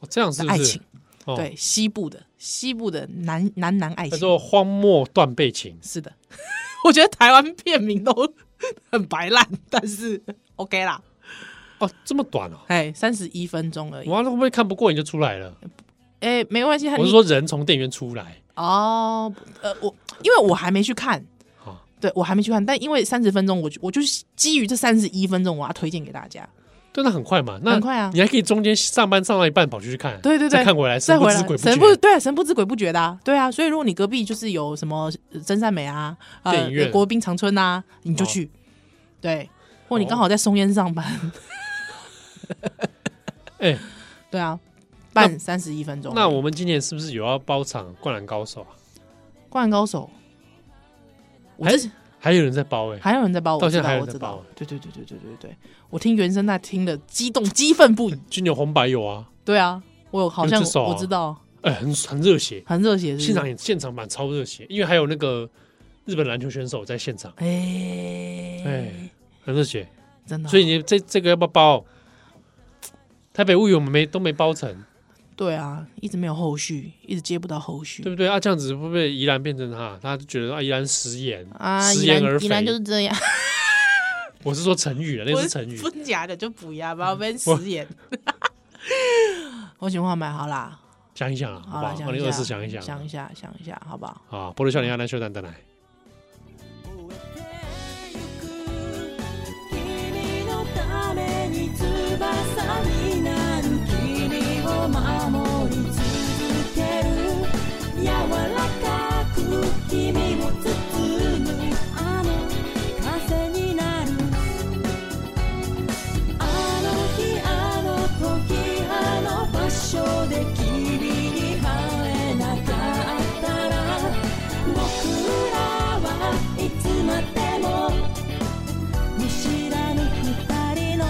哦这样是
的
不
爱
是？
情，
哦，
对西部的西部的男男男爱
他
情，
说荒漠断背情，
是的， (laughs) 我觉得台湾片名都 (laughs) 很白烂，但是 OK 啦，
哦，这么短哦，
哎，三十一分钟而已，
哇，那会不会看不过瘾就出来了？
哎，没关系，
我
你
是说人从电影院出来，
哦，呃，我因为我还没去看
好，
对我还没去看，但因为三十分钟，我就我就是基于这三十一分钟，我要推荐给大家。
真的很快嘛，那
很快啊
你还可以中间上班上到一半跑出去看，
对对对
再看回来，
再
神
回
知
来
鬼，不
神
觉。
不对啊，神不知鬼不觉的、啊，对啊。所以如果你隔壁就是有什么呃真善美啊，
电
呃
影，院
国宾长春啊，你就
哦
去，对。或你刚好在松烟上班，
(laughs) 哎、
对啊，办三十一分钟。
那我们今年是不是有要包场《灌篮高手》啊？
《灌篮高手》，我
还
之前
还有人在包哎、
还有人在包，我
到
知
现在
道
还有
我
人
知
在包
道，对对对对对对对，我听原声带听的激动激愤不已。
今年红白有啊，
对啊，我有好像
有这首啊
我知道，
哎、很很热血，
很热血，是不是
现场演现场版超热血，因为还有那个日本篮球选手在现场，
哎
哎很热血，
真的哦，
所以你这这个要不要包？台北物语我们没都没包
嗯
成，
对啊，一直没有后续，一直接不到后续
对。不对啊？这样子会不会宜兰变成他？他就觉得啊，宜兰食言
啊，
食
依
言而
然
肥
依。然就是这样，
我是说成语了，那是成语。
不假的就不要，不
(laughs)
要被食言。 (laughs) 我情况买好啦，
想一想啊，好
好
不好二
啦，？想一
零
下，
二四想一想啊，
想一下，想一下，好不好？
啊，波多少年阿南秀蛋蛋来。
燃えてゆく君のために翼になる君を守り続ける柔らかく君を包むあの風になるあの日あの時あの場所で君に会えなかったら僕らはいつまでも見知らぬ二人の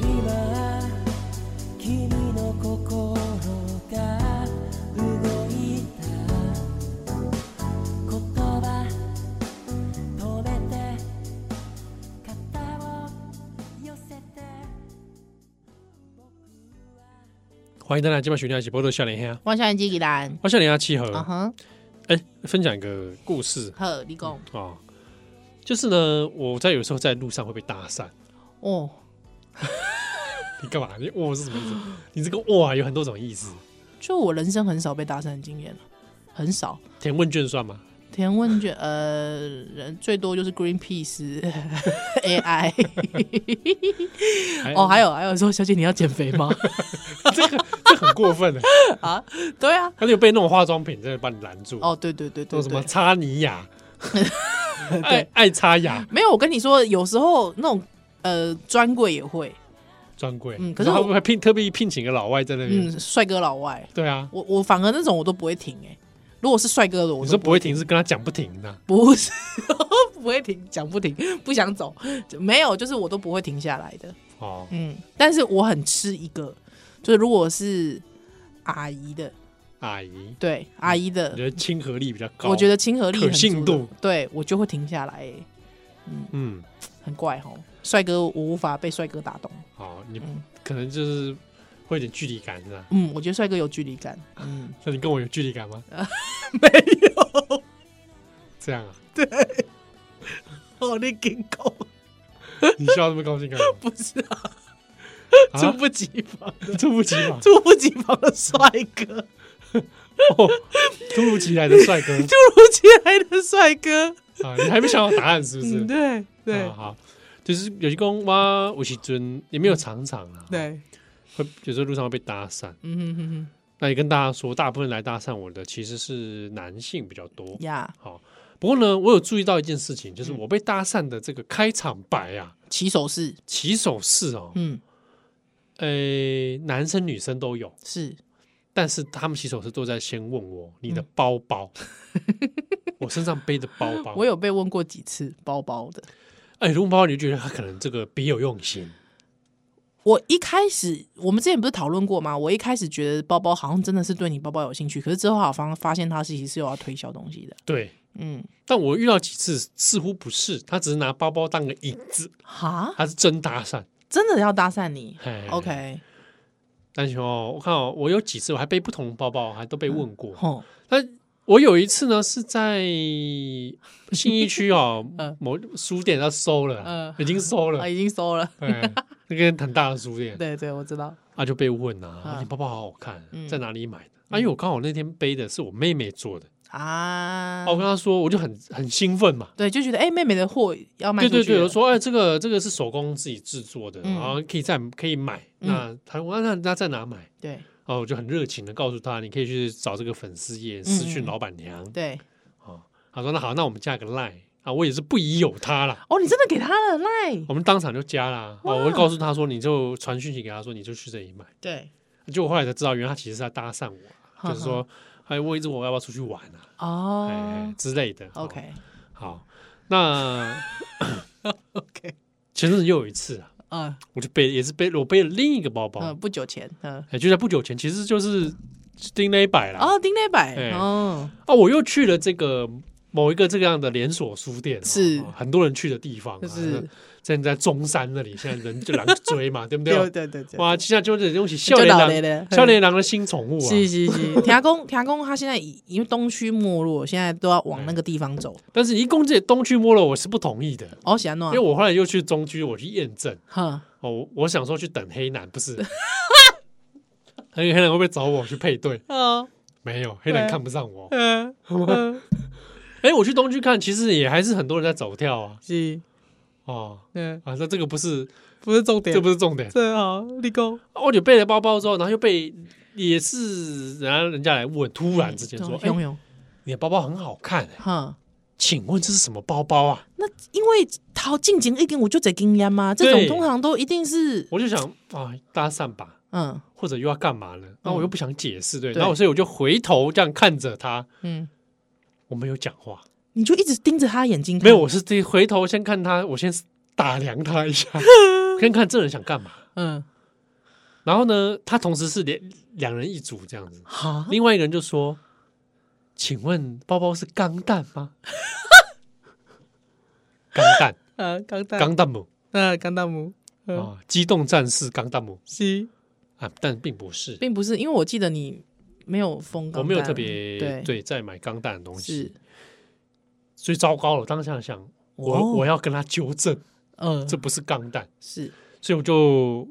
まま今君の心が動いた言葉止めて肩を寄せて
欢迎大家今晚选一起波多啊少年兄，
万象机给咱，
我少年阿七和，
嗯
哎、
哼，
分享一个故事
好，你讲
啊、就是呢，我在有时候在路上会被搭讪，
哦，
你干嘛？你哦哇是什么意思？你这个哇有很多种意思。
就我人生很少被搭讪的经验了，啊很少。
填问卷算吗？
填问卷，呃，人最多就是 Greenpeace 、AI，哦，
哎
还有还有说，小姐你要减
(laughs)
肥吗？
这个这很过分的，
啊，对啊，
而且被那种化妆品真的把你拦住，
哦，对对对
那
对
种什么
对，
擦尼雅，爱爱擦雅
没有，我跟你说，有时候那种呃专柜也会，
专柜，
嗯可是
然后
我
还聘特别聘请个老外在那边，
嗯，帅哥老外，
对啊，
我我反而那种我都不会停哎、如果是帅哥的，我
你
都
说不会停是跟他讲不停的，
不是 (laughs) 不会停，讲不停，不想走，就没有，就是我都不会停下来的。
哦，
嗯，但是我很吃一个，就是如果是阿姨的，
阿姨，
对阿姨
我
的，
觉得亲和力比较高，
我觉，得亲和力
可
很足
信
的
度，
对我就会停下来、欸，
嗯，
很怪哈。帅哥，我无法被帅哥打动。
好，哦你
嗯
可能就是会有点距离感是吧？
嗯，我觉得帅哥有距离感。嗯，
那你跟我有距离感
呃
吗？
(laughs) 没有，
这样啊，
我的金狗
你笑那么高兴
(laughs)
干嘛？
不是啊，猝
啊，
不及防，
猝不及防，
猝不及防的帅哥，
(laughs) 哦突如其来的帅
(laughs)
哥
突如其来的帅哥。
啊，你还没想好答案是不是
嗯，？对对
啊好，就是有些公哇，我其尊也没有常常啊，，
对，
会有时候路上会被搭讪。
嗯哼哼哼，
那也跟大家说，大部分来搭讪我的其实是男性比较多。
呀，
好，不过呢，我有注意到一件事情，
嗯
就是我被搭讪的这个开场白啊，
起手式，
起手式哦，
嗯，
呃，男生女生都有，
是
但是他们起手式都在先问我你的包
(laughs)
包，我身上背的包包。
我有被问过几次包包的。
哎，如果包包你就觉得他可能这个别有用心，
我一开始，我们之前不是讨论过吗？我一开始觉得包包好像真的是对你包包有兴趣，可是之后好像发现它是其实是有要推销东西的。
对。
嗯，
但我遇到几次似乎不是，他只是拿包包当个引子，
哈，
他是真搭讪。
真的要搭讪你
嘿
？OK，
但是哦，我看哦，我有几次我还背不同包包，还都
嗯
被问过。
吼，
那我有一次呢，是在信义区哦
(laughs) 嗯，
某书店要收了啦，已经收
(laughs) 啊，
了，
已经收了。
哎，那个很大的书店，
对对，我知道。
啊就被问啊，
嗯
你包包好好看，
嗯
在哪里买的？啊，因为我刚好那天背的是我妹妹做的，
啊
啊，我跟他说，我就很很兴奋嘛。
对，就觉得哎、妹妹的货要卖
对
出去
对对，
了
我说哎，这个这个是手工自己制作的，
嗯
然后可以在可以买。那他我那那在哪买？
对
然后我就很热情的告诉他，你可以去找这个粉丝页
嗯
私讯老板娘。
对，
他说那好，那我们加个 line 啊，我也是不疑有他啦。
哦，你真的给他了赖，
我们当场就加啦。哦，我会告诉他说，你就传讯息给他说，你就去这里买。
对，
结果后来才知道，原来他其实是在搭讪我，啊
哈
就是说，哎，问一直我要不要出去玩啊，哎
哦
之类的。哦
，OK
好，那
(laughs) OK，
前阵子又有一次啊，
嗯
我就背也是背我背了另一个包包，
嗯，不久前，嗯，
哎，就在不久前，其实就是丁了一百啦。
哦，丁磊百
哎，
哦，
啊，我又去了这个某一个这个样的连锁书店，
是
哦很多人去的地方、啊，
就是
现在在中山那里，现在人就狼追
(laughs)
嘛，对不
对
对？
对对对，
哇，现在就是东西笑脸
老的了
狼， (laughs) 笑脸狼的新宠物啊！
是是
(laughs)
是，田公田公他现在已因为东区没落，现在都要往那个地方走，
但是一共这东区摸了，我是不同意的，
哦，喜欢
嗯因
弄
为，我后来又去中区，我去验证
哼，
哦，我我想说去等黑男，不是？
(laughs)
哎黑黑男会不会找我去配对？
(laughs) 嗯
没有，黑男看不上我。
嗯嗯，
哎，我去东区看，其实也还是很多人在走跳啊。
(laughs) 是，
哦，
嗯，
啊，那这个不是，
不是重点
这不是重点。
这哦好，立功，
啊我就背了包包之后，然后又被也是人家人家来问，突然之间说：“哎、
拥有，
你的包包很好看、欸，
哼。
请问这是什么包包啊
那因为逃进前一定我就在经验嘛，这
对
种通常都一定是？”
我就想啊，搭讪吧，
嗯
或者又要干嘛呢？然后我又不想解释，对，
对
然后所以我就回头这样看着他，
嗯，
我没有讲话，
你就一直盯着他眼睛看，
没有，我是得回头先看他，我先打量他一下，先看这人想干嘛。
嗯，
然后呢，他同时是两两人一组这样子，
好，
另外一个人就说：“请问包包是钢弹吗？” (laughs) 钢
(laughs)
弹，
呃，钢弹
钢弹姆
那钢弹姆嗯
啊，机动战士钢弹姆
是，
啊，但并不是，
并不是，因为我记得你没有封钢弹，
我没有特别
对，
对在买钢弹的东
是
西，，所以糟糕了。当下想，我
哦
我要跟他纠正，
嗯，
这不是钢弹，
是，
所以我就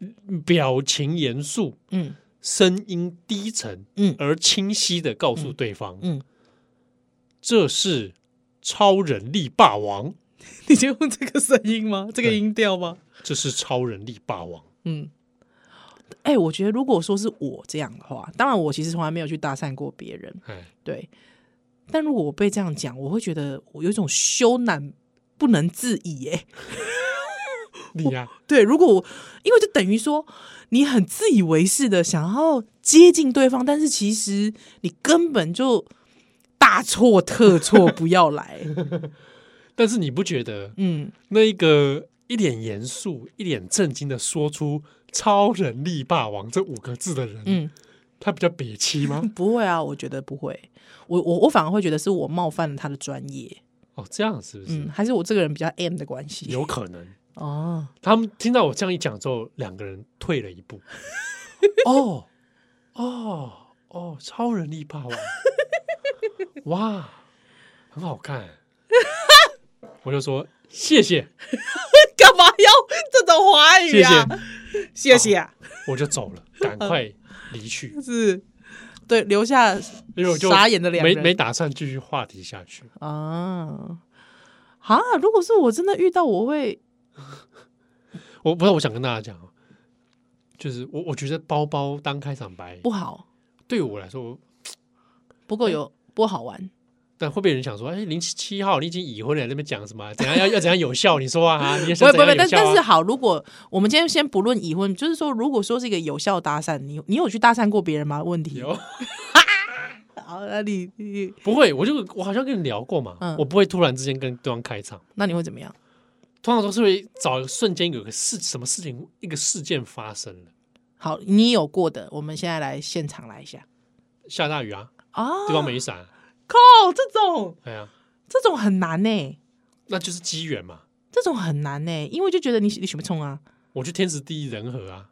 嗯表情严肃，
嗯
声音低沉
嗯
而清晰的告诉对方，
嗯，
这是超人力霸王。
你就用这个声音吗？这
个
音调吗？
这是超人力霸王。
嗯。哎、我觉得如果说是我这样的话，当然我其实从来没有去搭讪过别人，
哎，
对。但如果我被这样讲，我会觉得我有一种羞赧不能自已、耶。
你呀、
对，如果我，因为就等于说你很自以为是的想要接近对方，但是其实你根本就大错特 (laughs) 错，不要来。
但是你不觉得
嗯，
那一个一脸严肃、一脸震惊的说出“超人力霸王”这五个字的人，
嗯，？
他比较憋气吗
不会啊，我觉得不会。我我我反而会觉得是我冒犯了他的专业，
哦，这样是不是？
嗯，还是我这个人比较 M 的关系。
有可能。
哦
他们听到我这样一讲之后，两个人退了一步。 (laughs) 哦，哦，哦，超人力霸王， (laughs) 哇，很好看。我就说谢谢，
(laughs) 干嘛要这种华 (laughs)
谢谢。
谢谢啊，
我就走
(laughs)
了，赶快离去，
是，对，留下
因为我就
傻眼的两
没
人
没打算继续话题下去。
啊啊！如果是我真的遇到，我会
我不是我想跟大家讲哦，就是我我觉得包包当开场白
不好，
对我来说，
不够
嗯
有不好玩。
但会不会有人想说，哎，零七七号你已经已婚了，在那边讲什么？怎样要要怎样有效？你说
(laughs)
啊，你也
不
想
会
怎
不会，
样有
但
效
但是
啊？
好，如果我们今天先不论已婚，就是说，如果说是一个有效搭讪，你你有去搭讪过别人吗？问题
有
好，那你你
不会？我就我好像跟你聊过嘛，
嗯
我不会突然之间跟对方开场，
那你会怎么样？
通常都是会找瞬间有个事什么事情一个事件发生了，
好，你有过的，我们现在来现场来一下
下大雨啊，
啊！
对方没伞，
靠，这种
哎呀，
这种很难呢、
那就是机缘嘛。
这种很难呢、因为就觉得你你什么冲啊？
我就天时地利人和啊，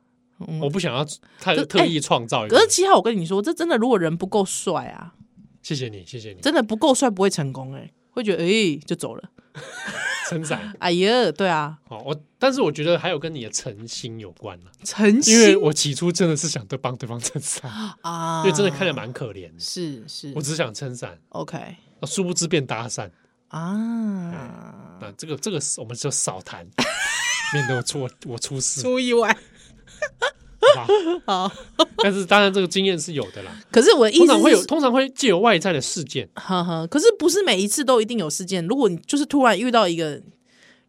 嗯
我不想要太
可哎
特意创造一个。
可是七号，我跟你说，这真的，如果人不够帅啊，
谢谢你，谢谢你，
欸真的不够帅不会成功哎、会觉得哎、就走了。
撑伞。
哎呀，对啊，
哦，我但是我觉得还有跟你的诚心有关了，
诚
因为
心
我起初真的是想对帮对方撑伞，
啊，
因为真的看着蛮可怜的，
是是
我只想撑伞，
，OK
啊殊不知变搭讪。
啊，
那这个这个是我们就少谈， (laughs) 免得我出我我出事，
出意外
好吧？
(laughs) 好，
但是当然这个经验是有的啦，
可是我的意
通
思
常
是
会有，通常会借由外在的事件，
呵呵，可是不是每一次都一定有事件。如果你就是突然遇到一个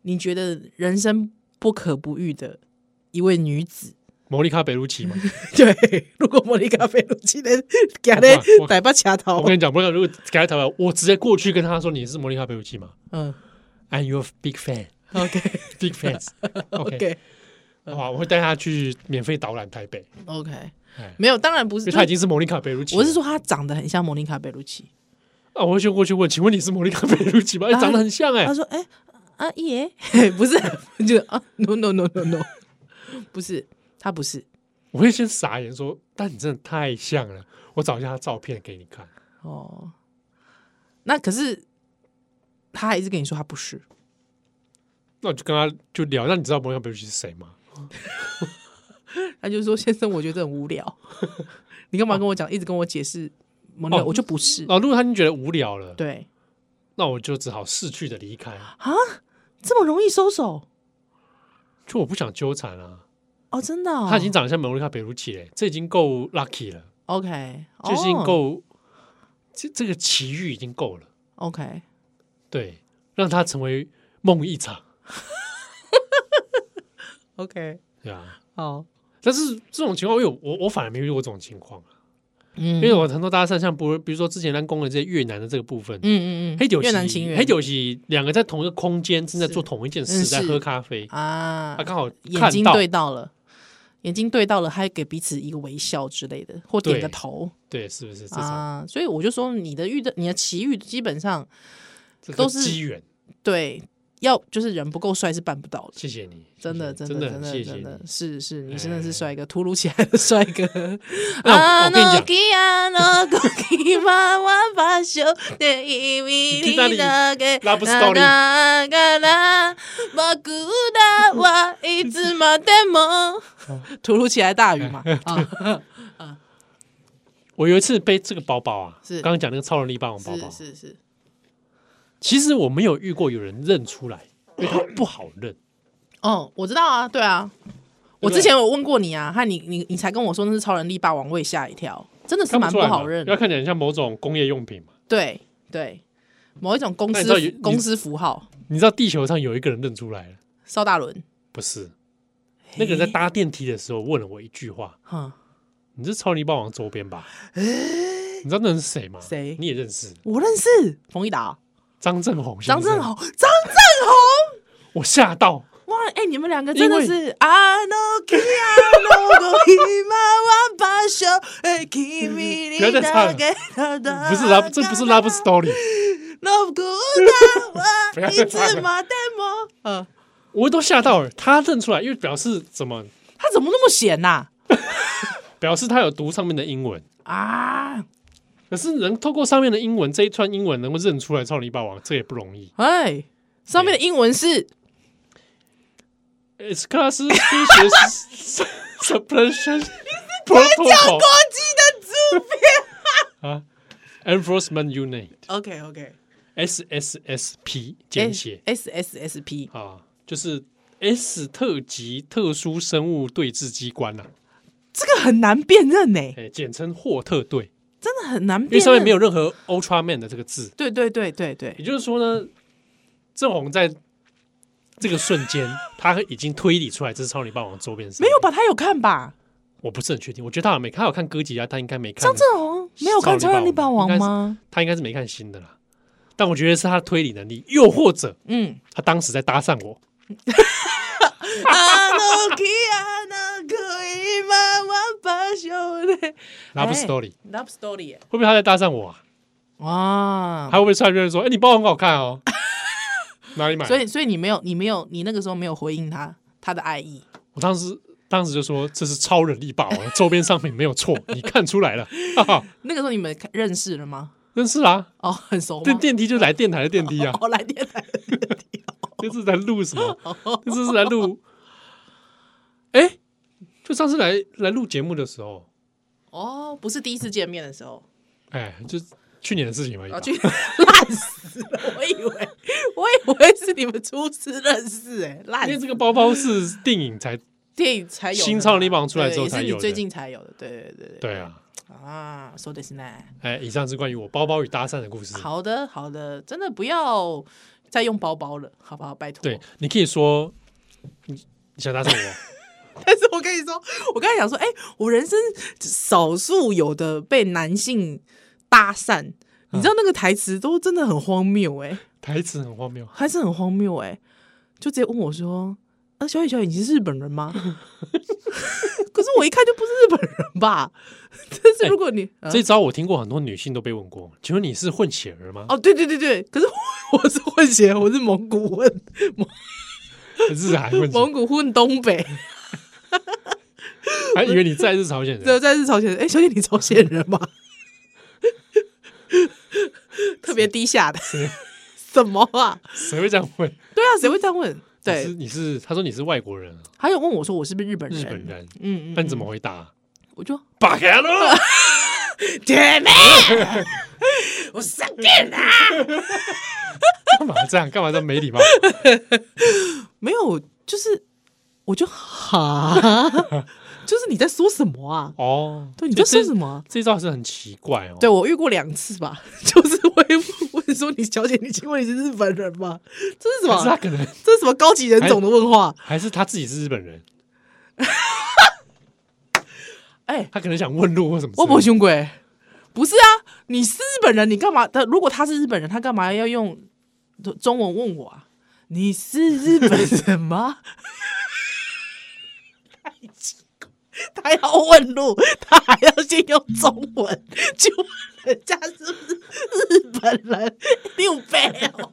你觉得人生不可不遇的一位女子， (laughs)
摩利卡北路奇嘛，
对，如果莫妮卡贝鲁今天给她
我我
逮把卡头
我跟你讲，摩利卡如果改台湾，我直接过去跟他说你是摩利卡北路奇嘛
嗯
，and you're a big fan，big (laughs)
，OK (laughs)
fans，OK，
OK
哇，我会带他去免费导览台北，
OK，
哎
没有，当然不
因
是
为，他已经是莫妮卡贝鲁奇了。
我是说她长得很像莫妮卡贝鲁奇。
啊，我会先过去问，请问你是莫妮卡贝鲁奇吗？哎
啊
长得很像哎、
他说：“哎、阿姨耶， (laughs) 不是，就是啊，no no no no (laughs) no，不是，他不是
我会先傻眼说，但你真的太像了，我找一下他照片给你看。
哦。那可是他还一直跟你说他不是，
那我就跟他就聊，那你知道莫妮卡贝鲁奇是谁吗？
他就说：先生，我觉得很无聊， (laughs) 你干嘛跟我讲，一直跟我解释蒙娜，
哦
我就不是。
然后如果他已经觉得无聊了，
对
那我就只好逝去的离开，
啊，这么容易收手
就我不想纠缠啊。
哦，真的、哦，
他已经长得像莫妮卡贝鲁奇了，这已经够 lucky 了，
OK，
这已经
哦
够，这这个奇遇已经够了，
OK，
对，让他成为梦一场，
OK，
对吧？
好，
但是这种情况，我有我我反而没遇过这种情况。啊
嗯
因为我很多搭讪，像不比如说之前咱攻的这些越南的这个部分，
嗯嗯嗯，
黑酒
越南情缘，
黑酒席两个在同一个空间正在
是
做同一件
嗯
事，在
是
喝咖啡，
啊
他，刚好
眼
看
睛
到，
对到了，眼睛对到了，还给彼此一个微笑之类的，或点
对
个头
对，是不是这种
啊。所以我就说，你的遇的你的奇遇，基本上
这个
都是
机缘？
对要就是人不够帅是办不到的。
谢谢你，
真的，
谢
真
谢你
的，
真
真
的
的，
很谢谢
真的
你。
是是，你
哎
真的是帅哥，突如其来的帅哥。
(laughs)
啊
那我我跟你讲
Nokia Nokia 娃娃把手的意味
(laughs) 你去
(laughs)
哪里
给
Love story
(laughs) 啦啦啦我孤单我一直马的梦。突如其来大雨嘛，啊，
我有一次背这个包包啊，
是
刚刚讲那个超人力霸王包啊包
(laughs) 是，是是，
其实我没有遇过有人认出来，因为它不好认。
哦，我知道啊，对啊，
对不
我
对
之前有问过你啊，和你你你才跟我说那是超人力霸王，我也吓一跳，真的 (coughs) 是
看
蛮
出
不
来嘛
好认的
要，看起来很像某种工业用品嘛。
对对，某一种公
那你知道有
司
你
公司符号，
你知道地球上有一个人认出来了，
邵大伦，
不是？那个人在
嘿
搭电梯的时候问了我一句话，
哼，
你是超级霸王周边吧？你知道那人是谁吗？
谁
你也认识
我认识冯一达、
张正宏先
张
生。
正宏，张正
我吓到，
宏，哇，哎、你们两个真的
因
是啊，no k i a no go hima wa ba s h o 哎，kimi
不要再唱了不是
啊
love，这不是 love story。
，no go
(laughs)
da
不要
wa
再
一
唱了
直马 demo，嗯，
我都吓到了，他认出来，因为表示怎么？
他怎么那么闲啊呐、
表示他有读上面的英文。
啊？
可是能透过上面的英文这一串英文能够认出来超级霸王，这也不容易。
哎，上面的英文
哦
是
It's class species suppression protocol
国际的
(laughs)
猪片。
啊，enforcement unit
OK OK，
SSSP 简写
S S S P，
啊，就是 S 特级特殊生物对峙机关呐、啊，
这个很难辨认呢、
哎、简称霍特队，
真的很难
因为
辨认。
上面没有任何 Ultraman 的这个字，
对对对对对
也，就是说呢，郑红在这个瞬间，他已经推理出来这是超级霸王周边是
没有？吧？他有看吧？
我不是很确定，我觉得他好像没看，他有看哥吉拉，他应该没看
张正宏没有看《超人力霸王》
应该是
吗？
他应该是没看新的啦。但我觉得是他的推理能力，又或者
嗯
他当时在搭讪我，
啊，no kia no kui ma wa ba shou de
然后
哎
story，
Love Story 耶
会不会他在搭讪我啊？
哇
他，会不会突然就说：“哎、你包很好看
(laughs)
哦，哪里买的？”
所以所以你没有你没有你那个时候没有回应他他的爱意，
我当时当时就说：“这是超人力霸王，周边商品没有
(laughs)
错，你看出来了，哈哈，
那个时候你们看认识了吗？
认识啦、
哦，很熟吗
(laughs)
(laughs)
电？电梯就来电台的电梯啊，
哦，来电台
这次在录什么？这次是来录， (laughs) 哎、就上次来来录节目的时候，
哦，不是第一次见面的时候，
哎、就去年的事情而已吧
哦我。去 (laughs) 烂死了，我以为我以为是你们初次认识、哎，烂
因为
死
这个包包是电影才
电影才有的
新超能力棒出来之后
对
才
也是
有
你最
的
近才有的，对对对对
对啊。
啊，说的是呢。
哎、以上是关于我包包与搭讪的故事。
好的，好的，真的不要再用包包了，好不好？拜托。
对，你可以说你你想搭讪我， (laughs)
但是我跟你说，我刚才想说，哎、我人生少数有的被男性搭讪，你知道那个台词都真的很荒谬，哎，
台词很荒谬。
还是很荒谬，哎，就直接问我说，啊，小野小野，你是日本
(laughs)
人吗？ (laughs) 可是我一看就不是日本人吧？ (laughs) 但是如果你、啊
这招我听过很多女性都被问过，请问你是混血儿吗？
哦，对对对对，可是我我是混血，我是蒙古
(laughs)
混，
日韩混血，
蒙古混东北。
还哎以为你在是朝鲜
对，
人。
在是朝鲜人。哎、小姐，你朝鲜人吗？ (laughs) 特别低下的， (laughs) 什么啊？
谁会这样问？
对啊，谁会这样问？
你是
对，
你是他说你是外国人啊，
还有问我说我是不是日本人？
日本人，
嗯，嗯
那你怎么回答？
我就
巴开了，
姐妹， (laughs) 我上电了。
(laughs) 干嘛这样？干嘛这么没礼貌？
没有，就是我就哈，就是你在说什么 (laughs) 啊？
哦，
对，你在
这
说什？么啊、
这招是很奇怪哦。
对，我遇过两次吧， (laughs) 就是会问说你小姐，你请问你是日本人吗？这是什
还是他
么？
可能
这是什么高级人种的问话？
还是他自己是日本人，
哎、
他可能想问路或什么之类的。
我不凶鬼，不是啊，你是日本人，你干嘛？他如果他是日本人，他干嘛要用中文问我啊？你是日本人 (laughs) 吗？太奇怪，他要问路，他还要先用中文去问人家是不是日本人，六倍哦，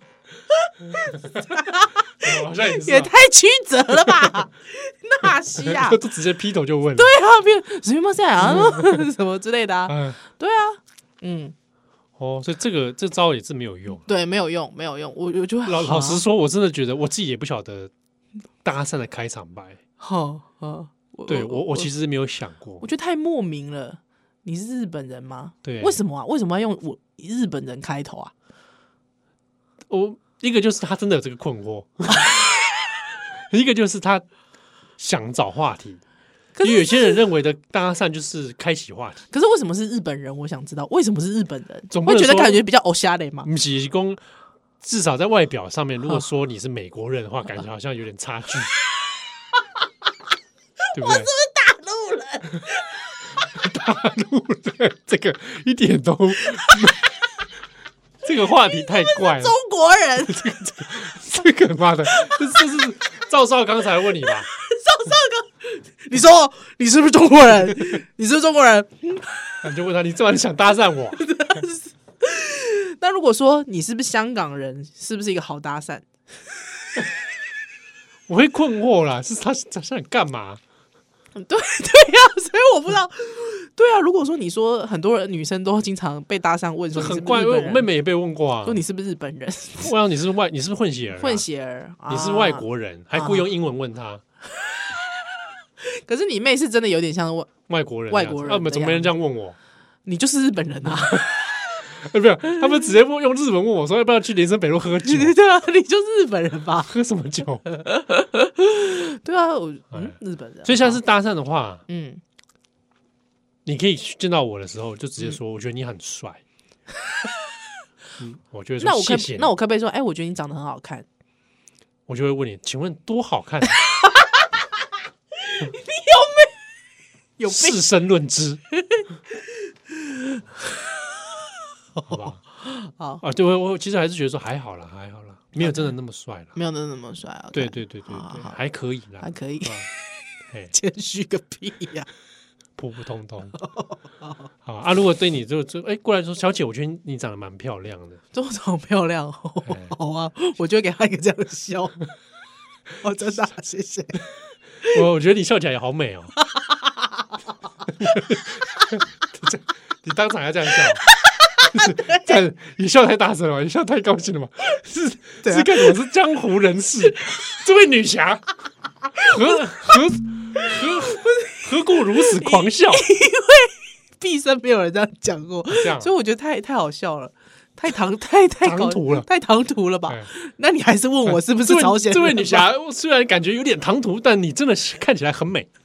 哦好像也是啊
也太曲折了吧？纳西啊，
都
对
都直接劈头 (laughs) 就问了。
啊，别什么赛啊，什么之类的啊，
嗯，
对啊，嗯。
哦，所以这个这招也是没有用。
对，没有用，没有用。我我就会
老老实
哈，
说，我真的觉得我自己也不晓得搭讪的开场白。
哈哈，我
对我，我其
实
实没有想过
我。觉得太莫名了。你是日本人吗？
对
为什么啊？为什么要用我日本人开头啊？
我一个就是他真的有这个困
(laughs)
惑，一个就是他想找话题。
可
因为有
是
些人认为的搭讪就是开启话题，
可是为什么是日本人？我想知道为什么是日本人，
总不
会
能
觉得
说
感觉比较偶像的嘛？
不是公至少在外表上面，
啊
如果说你是美国人的话，感觉好像有点差
(laughs)
距，对不对？
大陆人，
大陆的这个一点都，这个话题太怪了
中，国
(laughs)
人，
这个妈的，这这是赵少刚才问你吧？
你说你是不是中国人？ (laughs) 你是不是中国人？
那你就问他，你这晚想搭讪我？
那如果说你是不是香港人，是不是一个好搭讪？
我会困惑啦，是他他想干嘛？
对 (laughs) 对呀、所以我不知道。对啊，如果说你说很多人女生都经常被搭讪问
这
说你是
很
不
怪，
是
因
日
为
本
我
人，
妹妹也被问过啊
说，你是不是日本人，
我想你是外，你是不是混血儿啊？
混血儿，
你是
啊
外。国人，还故意用英文问他
可是你妹是真的有点像我，
外国人这
外
样子，
国人
啊，没
的
怎么没人
样
这样问我？
你就是日本人啊！
哎，不是，他们直接问用日文问我说要不要去林森北路喝酒？
(laughs) 对啊，你就是日本人吧？
喝什么酒？
对啊，我嗯
哎，
日本人。
所以下次搭讪的话，
嗯，
你可以见到我的时候就
嗯
直接说，我觉得你很
(laughs)
帅。嗯，我就会说
那我可
谢
以
谢你。
那我可不可以说，哎，我觉得你长得很好看？
我就会问你，请问多好
(laughs)
看？ (laughs)
有病
事生论
(laughs)
之，好吧？
好
啊，对我我其实还是觉得说还好啦，还好啦，没有真的那么帅啦。
没有那那么帅啊？
对，对对对
好
对，
好
还可以啦，
还可以，
啊嘿，
谦虚个屁呀！
普普通
(laughs)
通。好啊，如果对你就就哎过来说，小姐，我觉得你长得蛮漂亮
(laughs)
的，
这么好漂亮哦
哎！
好啊，我就会给他一个这样
(laughs)
的笑。哦，真的啊，谢谢。 (laughs)
我我觉得你笑起来也好美哦。你当场要这样笑，这样你笑太大声了吧？你笑太高兴了吧？是
啊
是干什么？是江湖人士，
(laughs)
这位女侠，何何何何故如此狂笑？
毕生没有人这样讲过，
哦这样啊
所以我觉得太太好笑了，太唐 (laughs) 太太
唐
搞
突了
太唐突了吧
哎？
那你还是问 (laughs) 我是不
这
是
位
朝鲜人
这
吧
位女，侠虽然感觉有点唐突，但你真的是看起来很美。
(laughs)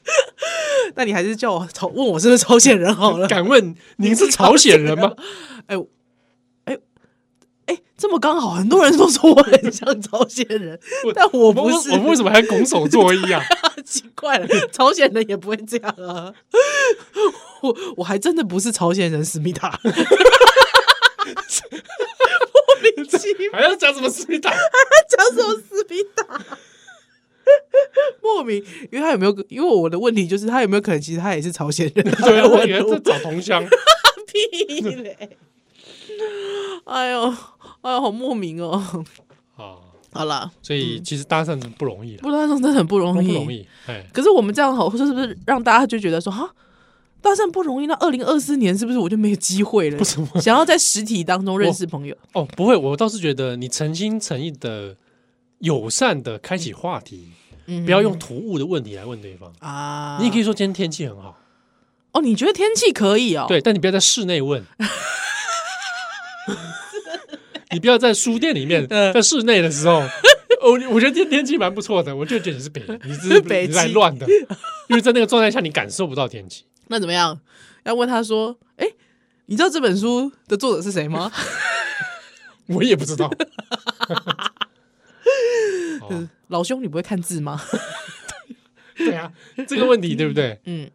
那你还是叫我朝问我是不是朝鲜人
(laughs)
好了。
敢问您是朝鲜人吗？
(laughs) 哎我哎哎，这么刚好，很多人都说我很像朝鲜人，但我不是，
我们为什么还拱手作揖啊？
(laughs) 奇怪了，朝鲜人也不会这样啊。我我还真的不是朝鲜人，思
(laughs)
密达。 (laughs) 莫名其妙
还要讲什么斯密达？
讲什么思密达？莫名，因为他有没有？因为我的问题就是他有没有可能，其实他也是朝鲜人？
(laughs) 对啊，我以为
我
是找同 (laughs) 乡。
屁嘞！ (laughs) 哎呦，哎呦，好莫名哦。
啊，
好啦，
所以其实搭讪不容易了，
不搭讪真的很不容
嗯不
易，
容。易。哎，
可是我们这样好，是不是让大家就觉得说，哈，搭讪不容易？那二零二四年是不是我就没有机会
(laughs)
了？
不是吗
想要在实体当中认识朋友，
哦，不会，我倒是觉得你诚心诚意的、友善的开启话题，
嗯
不要用突兀的问题来问对方。
啊。
你也可以说今天天气很好，
哦，你觉得天气可以哦？，
对，但你不要在室内 (laughs) 问。你不要在书店里面，
嗯
在室内的时 (laughs) 候，我我觉得天天气蛮不错的，我就觉得你 (laughs) 是北，你是
北
你是来
极
乱的，因为在那个状态下你感受不到天气。
那怎么样？要问他说，哎、你知道这本书的作者是谁吗？
我也不知道。
就 (laughs)
哦
是老兄，你不会看字吗？ (laughs)
(laughs) 对啊，这个问题对不 (laughs) 对？
嗯，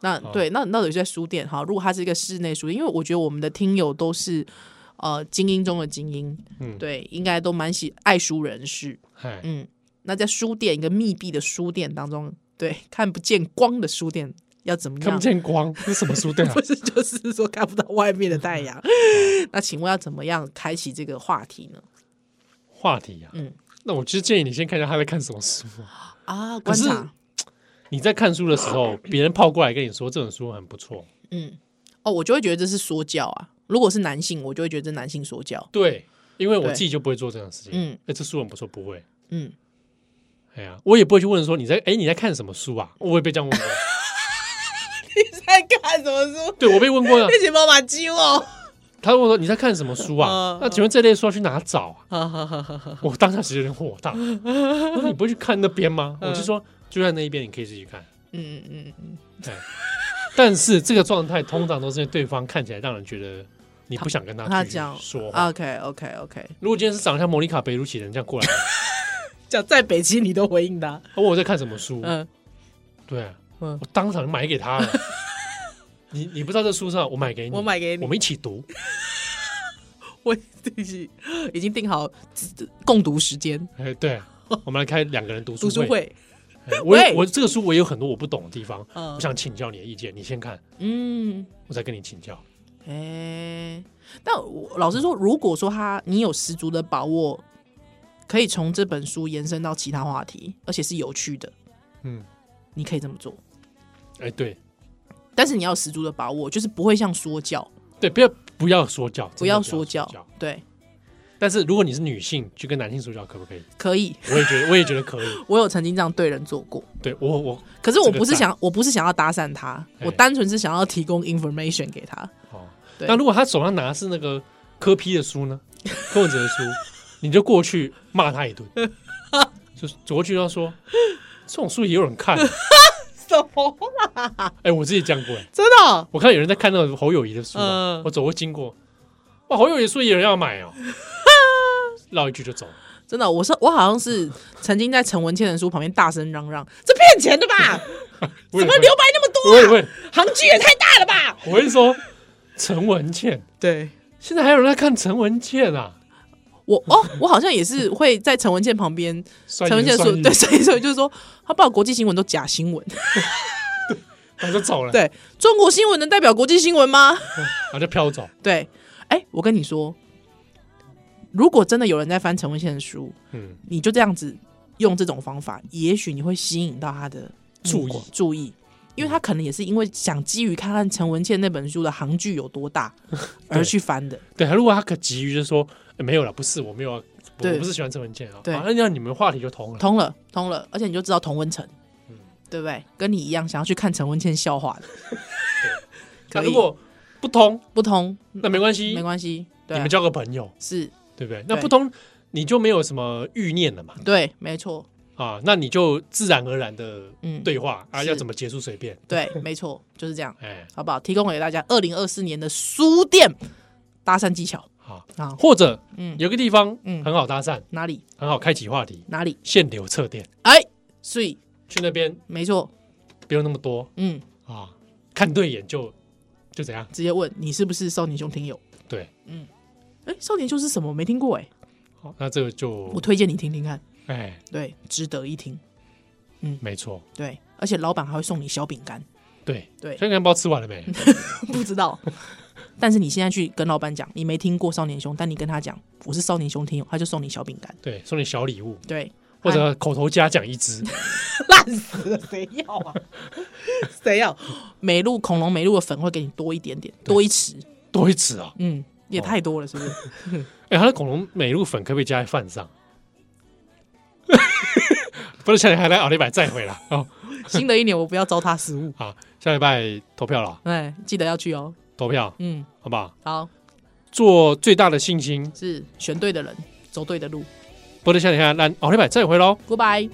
那
哦
对，那那有些书店哈，如果它是一个室内书店，因为我觉得我们的听友都是呃精英中的精英，
嗯
对，应该都蛮喜爱书人士，
哎，
嗯，那在书店一个密闭的书店当中，对，看不见光的书店要怎么样？
看不见光，这是什么书 (laughs) 店啊
(laughs) 不？是，就是说看不到外面的太
(laughs) 哦
阳。那请问要怎么样开启这个话题呢？
话题啊。
嗯
那我其实建议你先看一下他在看什么书啊。
啊，
可
观
是
察，
你在看书的时候， (laughs) 别人跑过来跟你说这本书很不错，
嗯，哦，我就会觉得这是说教啊。如果是男性，我就会觉得这男性说教。
对，因为我
对
自己就不会做这样的事情。
嗯
嗯，哎，这书很不错，不会。
嗯，
哎呀，我也不会去问说你在哎你在看什么书啊？我也被这样问 (laughs) 过，
你 (laughs) 在看什么书？
对我被问过了。
些妈妈鸡哦。
他问说你在看什么书 (laughs) 啊
嗯？
那请问这类书要去哪找啊？
哈哈哈哈哈！
我当下其实有点 (laughs) 火大，我说你不会去看那边吗？我就说就在那一边，你可以自己去看。
(laughs) 嗯嗯嗯，
对，哎但是这个状态通常都是因为对方看起来让人觉得你不想跟他
他
继续
讲啊
说话。
OK OK OK，
如果今天是长得像莫妮卡·贝鲁奇的人这样过来，
嗯讲在北京你都回应他。
问我在看什么书，
嗯
对啊
嗯
我，当场买给
(laughs)
他了。你你不知道这书上我买给你，
我买给你
我们一起读。
我已经已经定好共读时间，
哎，对，
(laughs)
我们来开两个人读
读
书
书
会。
会。
哎我有
喂
我这个书我也有很多我不懂的地方，
嗯
我想请教你的意见，你先看，
嗯，
我再跟你请教。
哎、但我老实说，如果说他你有十足的把握，可以从这本书延伸到其他话题，而且是有趣的，
嗯，
你可以这么做。
哎，对
但是你要有十足的把握，就是不会像说教，
对，不要不要说教，真的
不要
说
说教，对，
但是如果你是女性，去跟男性说教可不可以？
可以。
我也觉得，我也觉得可以。
(laughs) 我有曾经这样对人做过，
对我，我
可是我
这个
不是
赞
想，我不是想要搭讪他，
哎
我单纯是想要提供 information 给他。
哦。
对
那如果他手上拿的是那个柯批的书呢，柯文哲的书，你就过去骂他一顿，就是走过去要说，这种书也有人看。
(laughs) 什么？
哎、我自己讲过，哎
真的哦？
我看有人在看那个侯友谊的书、啊
嗯，
我走过经过，哇，侯友谊的书也有人要买
(laughs)
哦，绕一句就走了。
真的，我是我好像是曾经在陈文茜的书旁边大声嚷嚷：“这骗钱 (laughs) 的吧？
我
怎
也
么
会
留白那么
我也
多、啊？
会，
行距也太大了吧
我会说陈文茜，？”
对，
现在还有人在看陈文茜啊，
我 (laughs) 哦，我好像也是会在陈文茜旁 (laughs) 边，
陈
陈文茜说
酸，言
对，所以所以就是说，他报国际新闻都假新闻，
他就走了，，
对，中国新闻能代表国际新闻吗？
然后就飘走。
对，哎，我跟你说，如果真的有人在翻陈文茜的书，
嗯，
你就这样子用这种方法，也许你会吸引到他的
注意
注意。因为他可能也是因为想基于看看陈文茜那本书的行距有多
(laughs)
大而去翻的。
对，如果他可急于就说、呃没有了，不是我没有要，我
对
我不是喜欢陈文健啊，
对
啊那这样你们话题就通了。
通了，通了，而且你就知道童文成，对不对？跟你一样想要去看陈文茜笑话的，
那
可以
如果不通，
不通
那没关系，
没关系，
嗯
对
你
啊
们，交个朋友，
是，
对不对？那
对
不通你就没有什么欲念了嘛，
对，没错，
啊，那你就自然而然的
嗯
对话、啊，
是
要怎么结束随便，
对，没错，就是这样，
哎，
好不好？提供给大家二零二四年的书店搭讪技巧
好，
啊，
或者
嗯，
有个地方
嗯
很好搭讪，
哪里
很好开启话题，
哪里，
限流测店，
哎，所以
去那边
没错，
不用那么多
嗯，
啊，看对眼就就怎样，
直接问你是不是少年兄听友？
对，
哎，少年兄是什么？没听过哎，
好，那这个
我
就
推荐你听听看，
哎，
哦对，值得一听，
没错，
对，而且老板还会送你小饼干。
对
对
香港包吃完了没？
(laughs) 不知道。但是你现在去跟老板讲，你没听过少年兄，但你跟他讲我是少年兄听友，他就送你小饼干，
对，送你小礼物
对，
或者口头嘉奖一只，
烂死了， (laughs) 谁要啊？ (laughs) 谁要？ (laughs) 美露恐龙美露的粉会给你多一点点，多一匙，
多一次啊！
嗯，也
哦
太多了，是不是？ (laughs)
哎，他的恐龙美露粉可不可以加在饭上？ (laughs) 不是，下礼拜来奥利百再回了哦。
新的一年我不要糟蹋食物，
好，下礼拜投票了，
哎，记得要去哦，
投票
嗯，
好不好？
好，
做最大的信心，
是选对的人，走对的路
不是下礼拜来奥利百再回喽。
，Goodbye。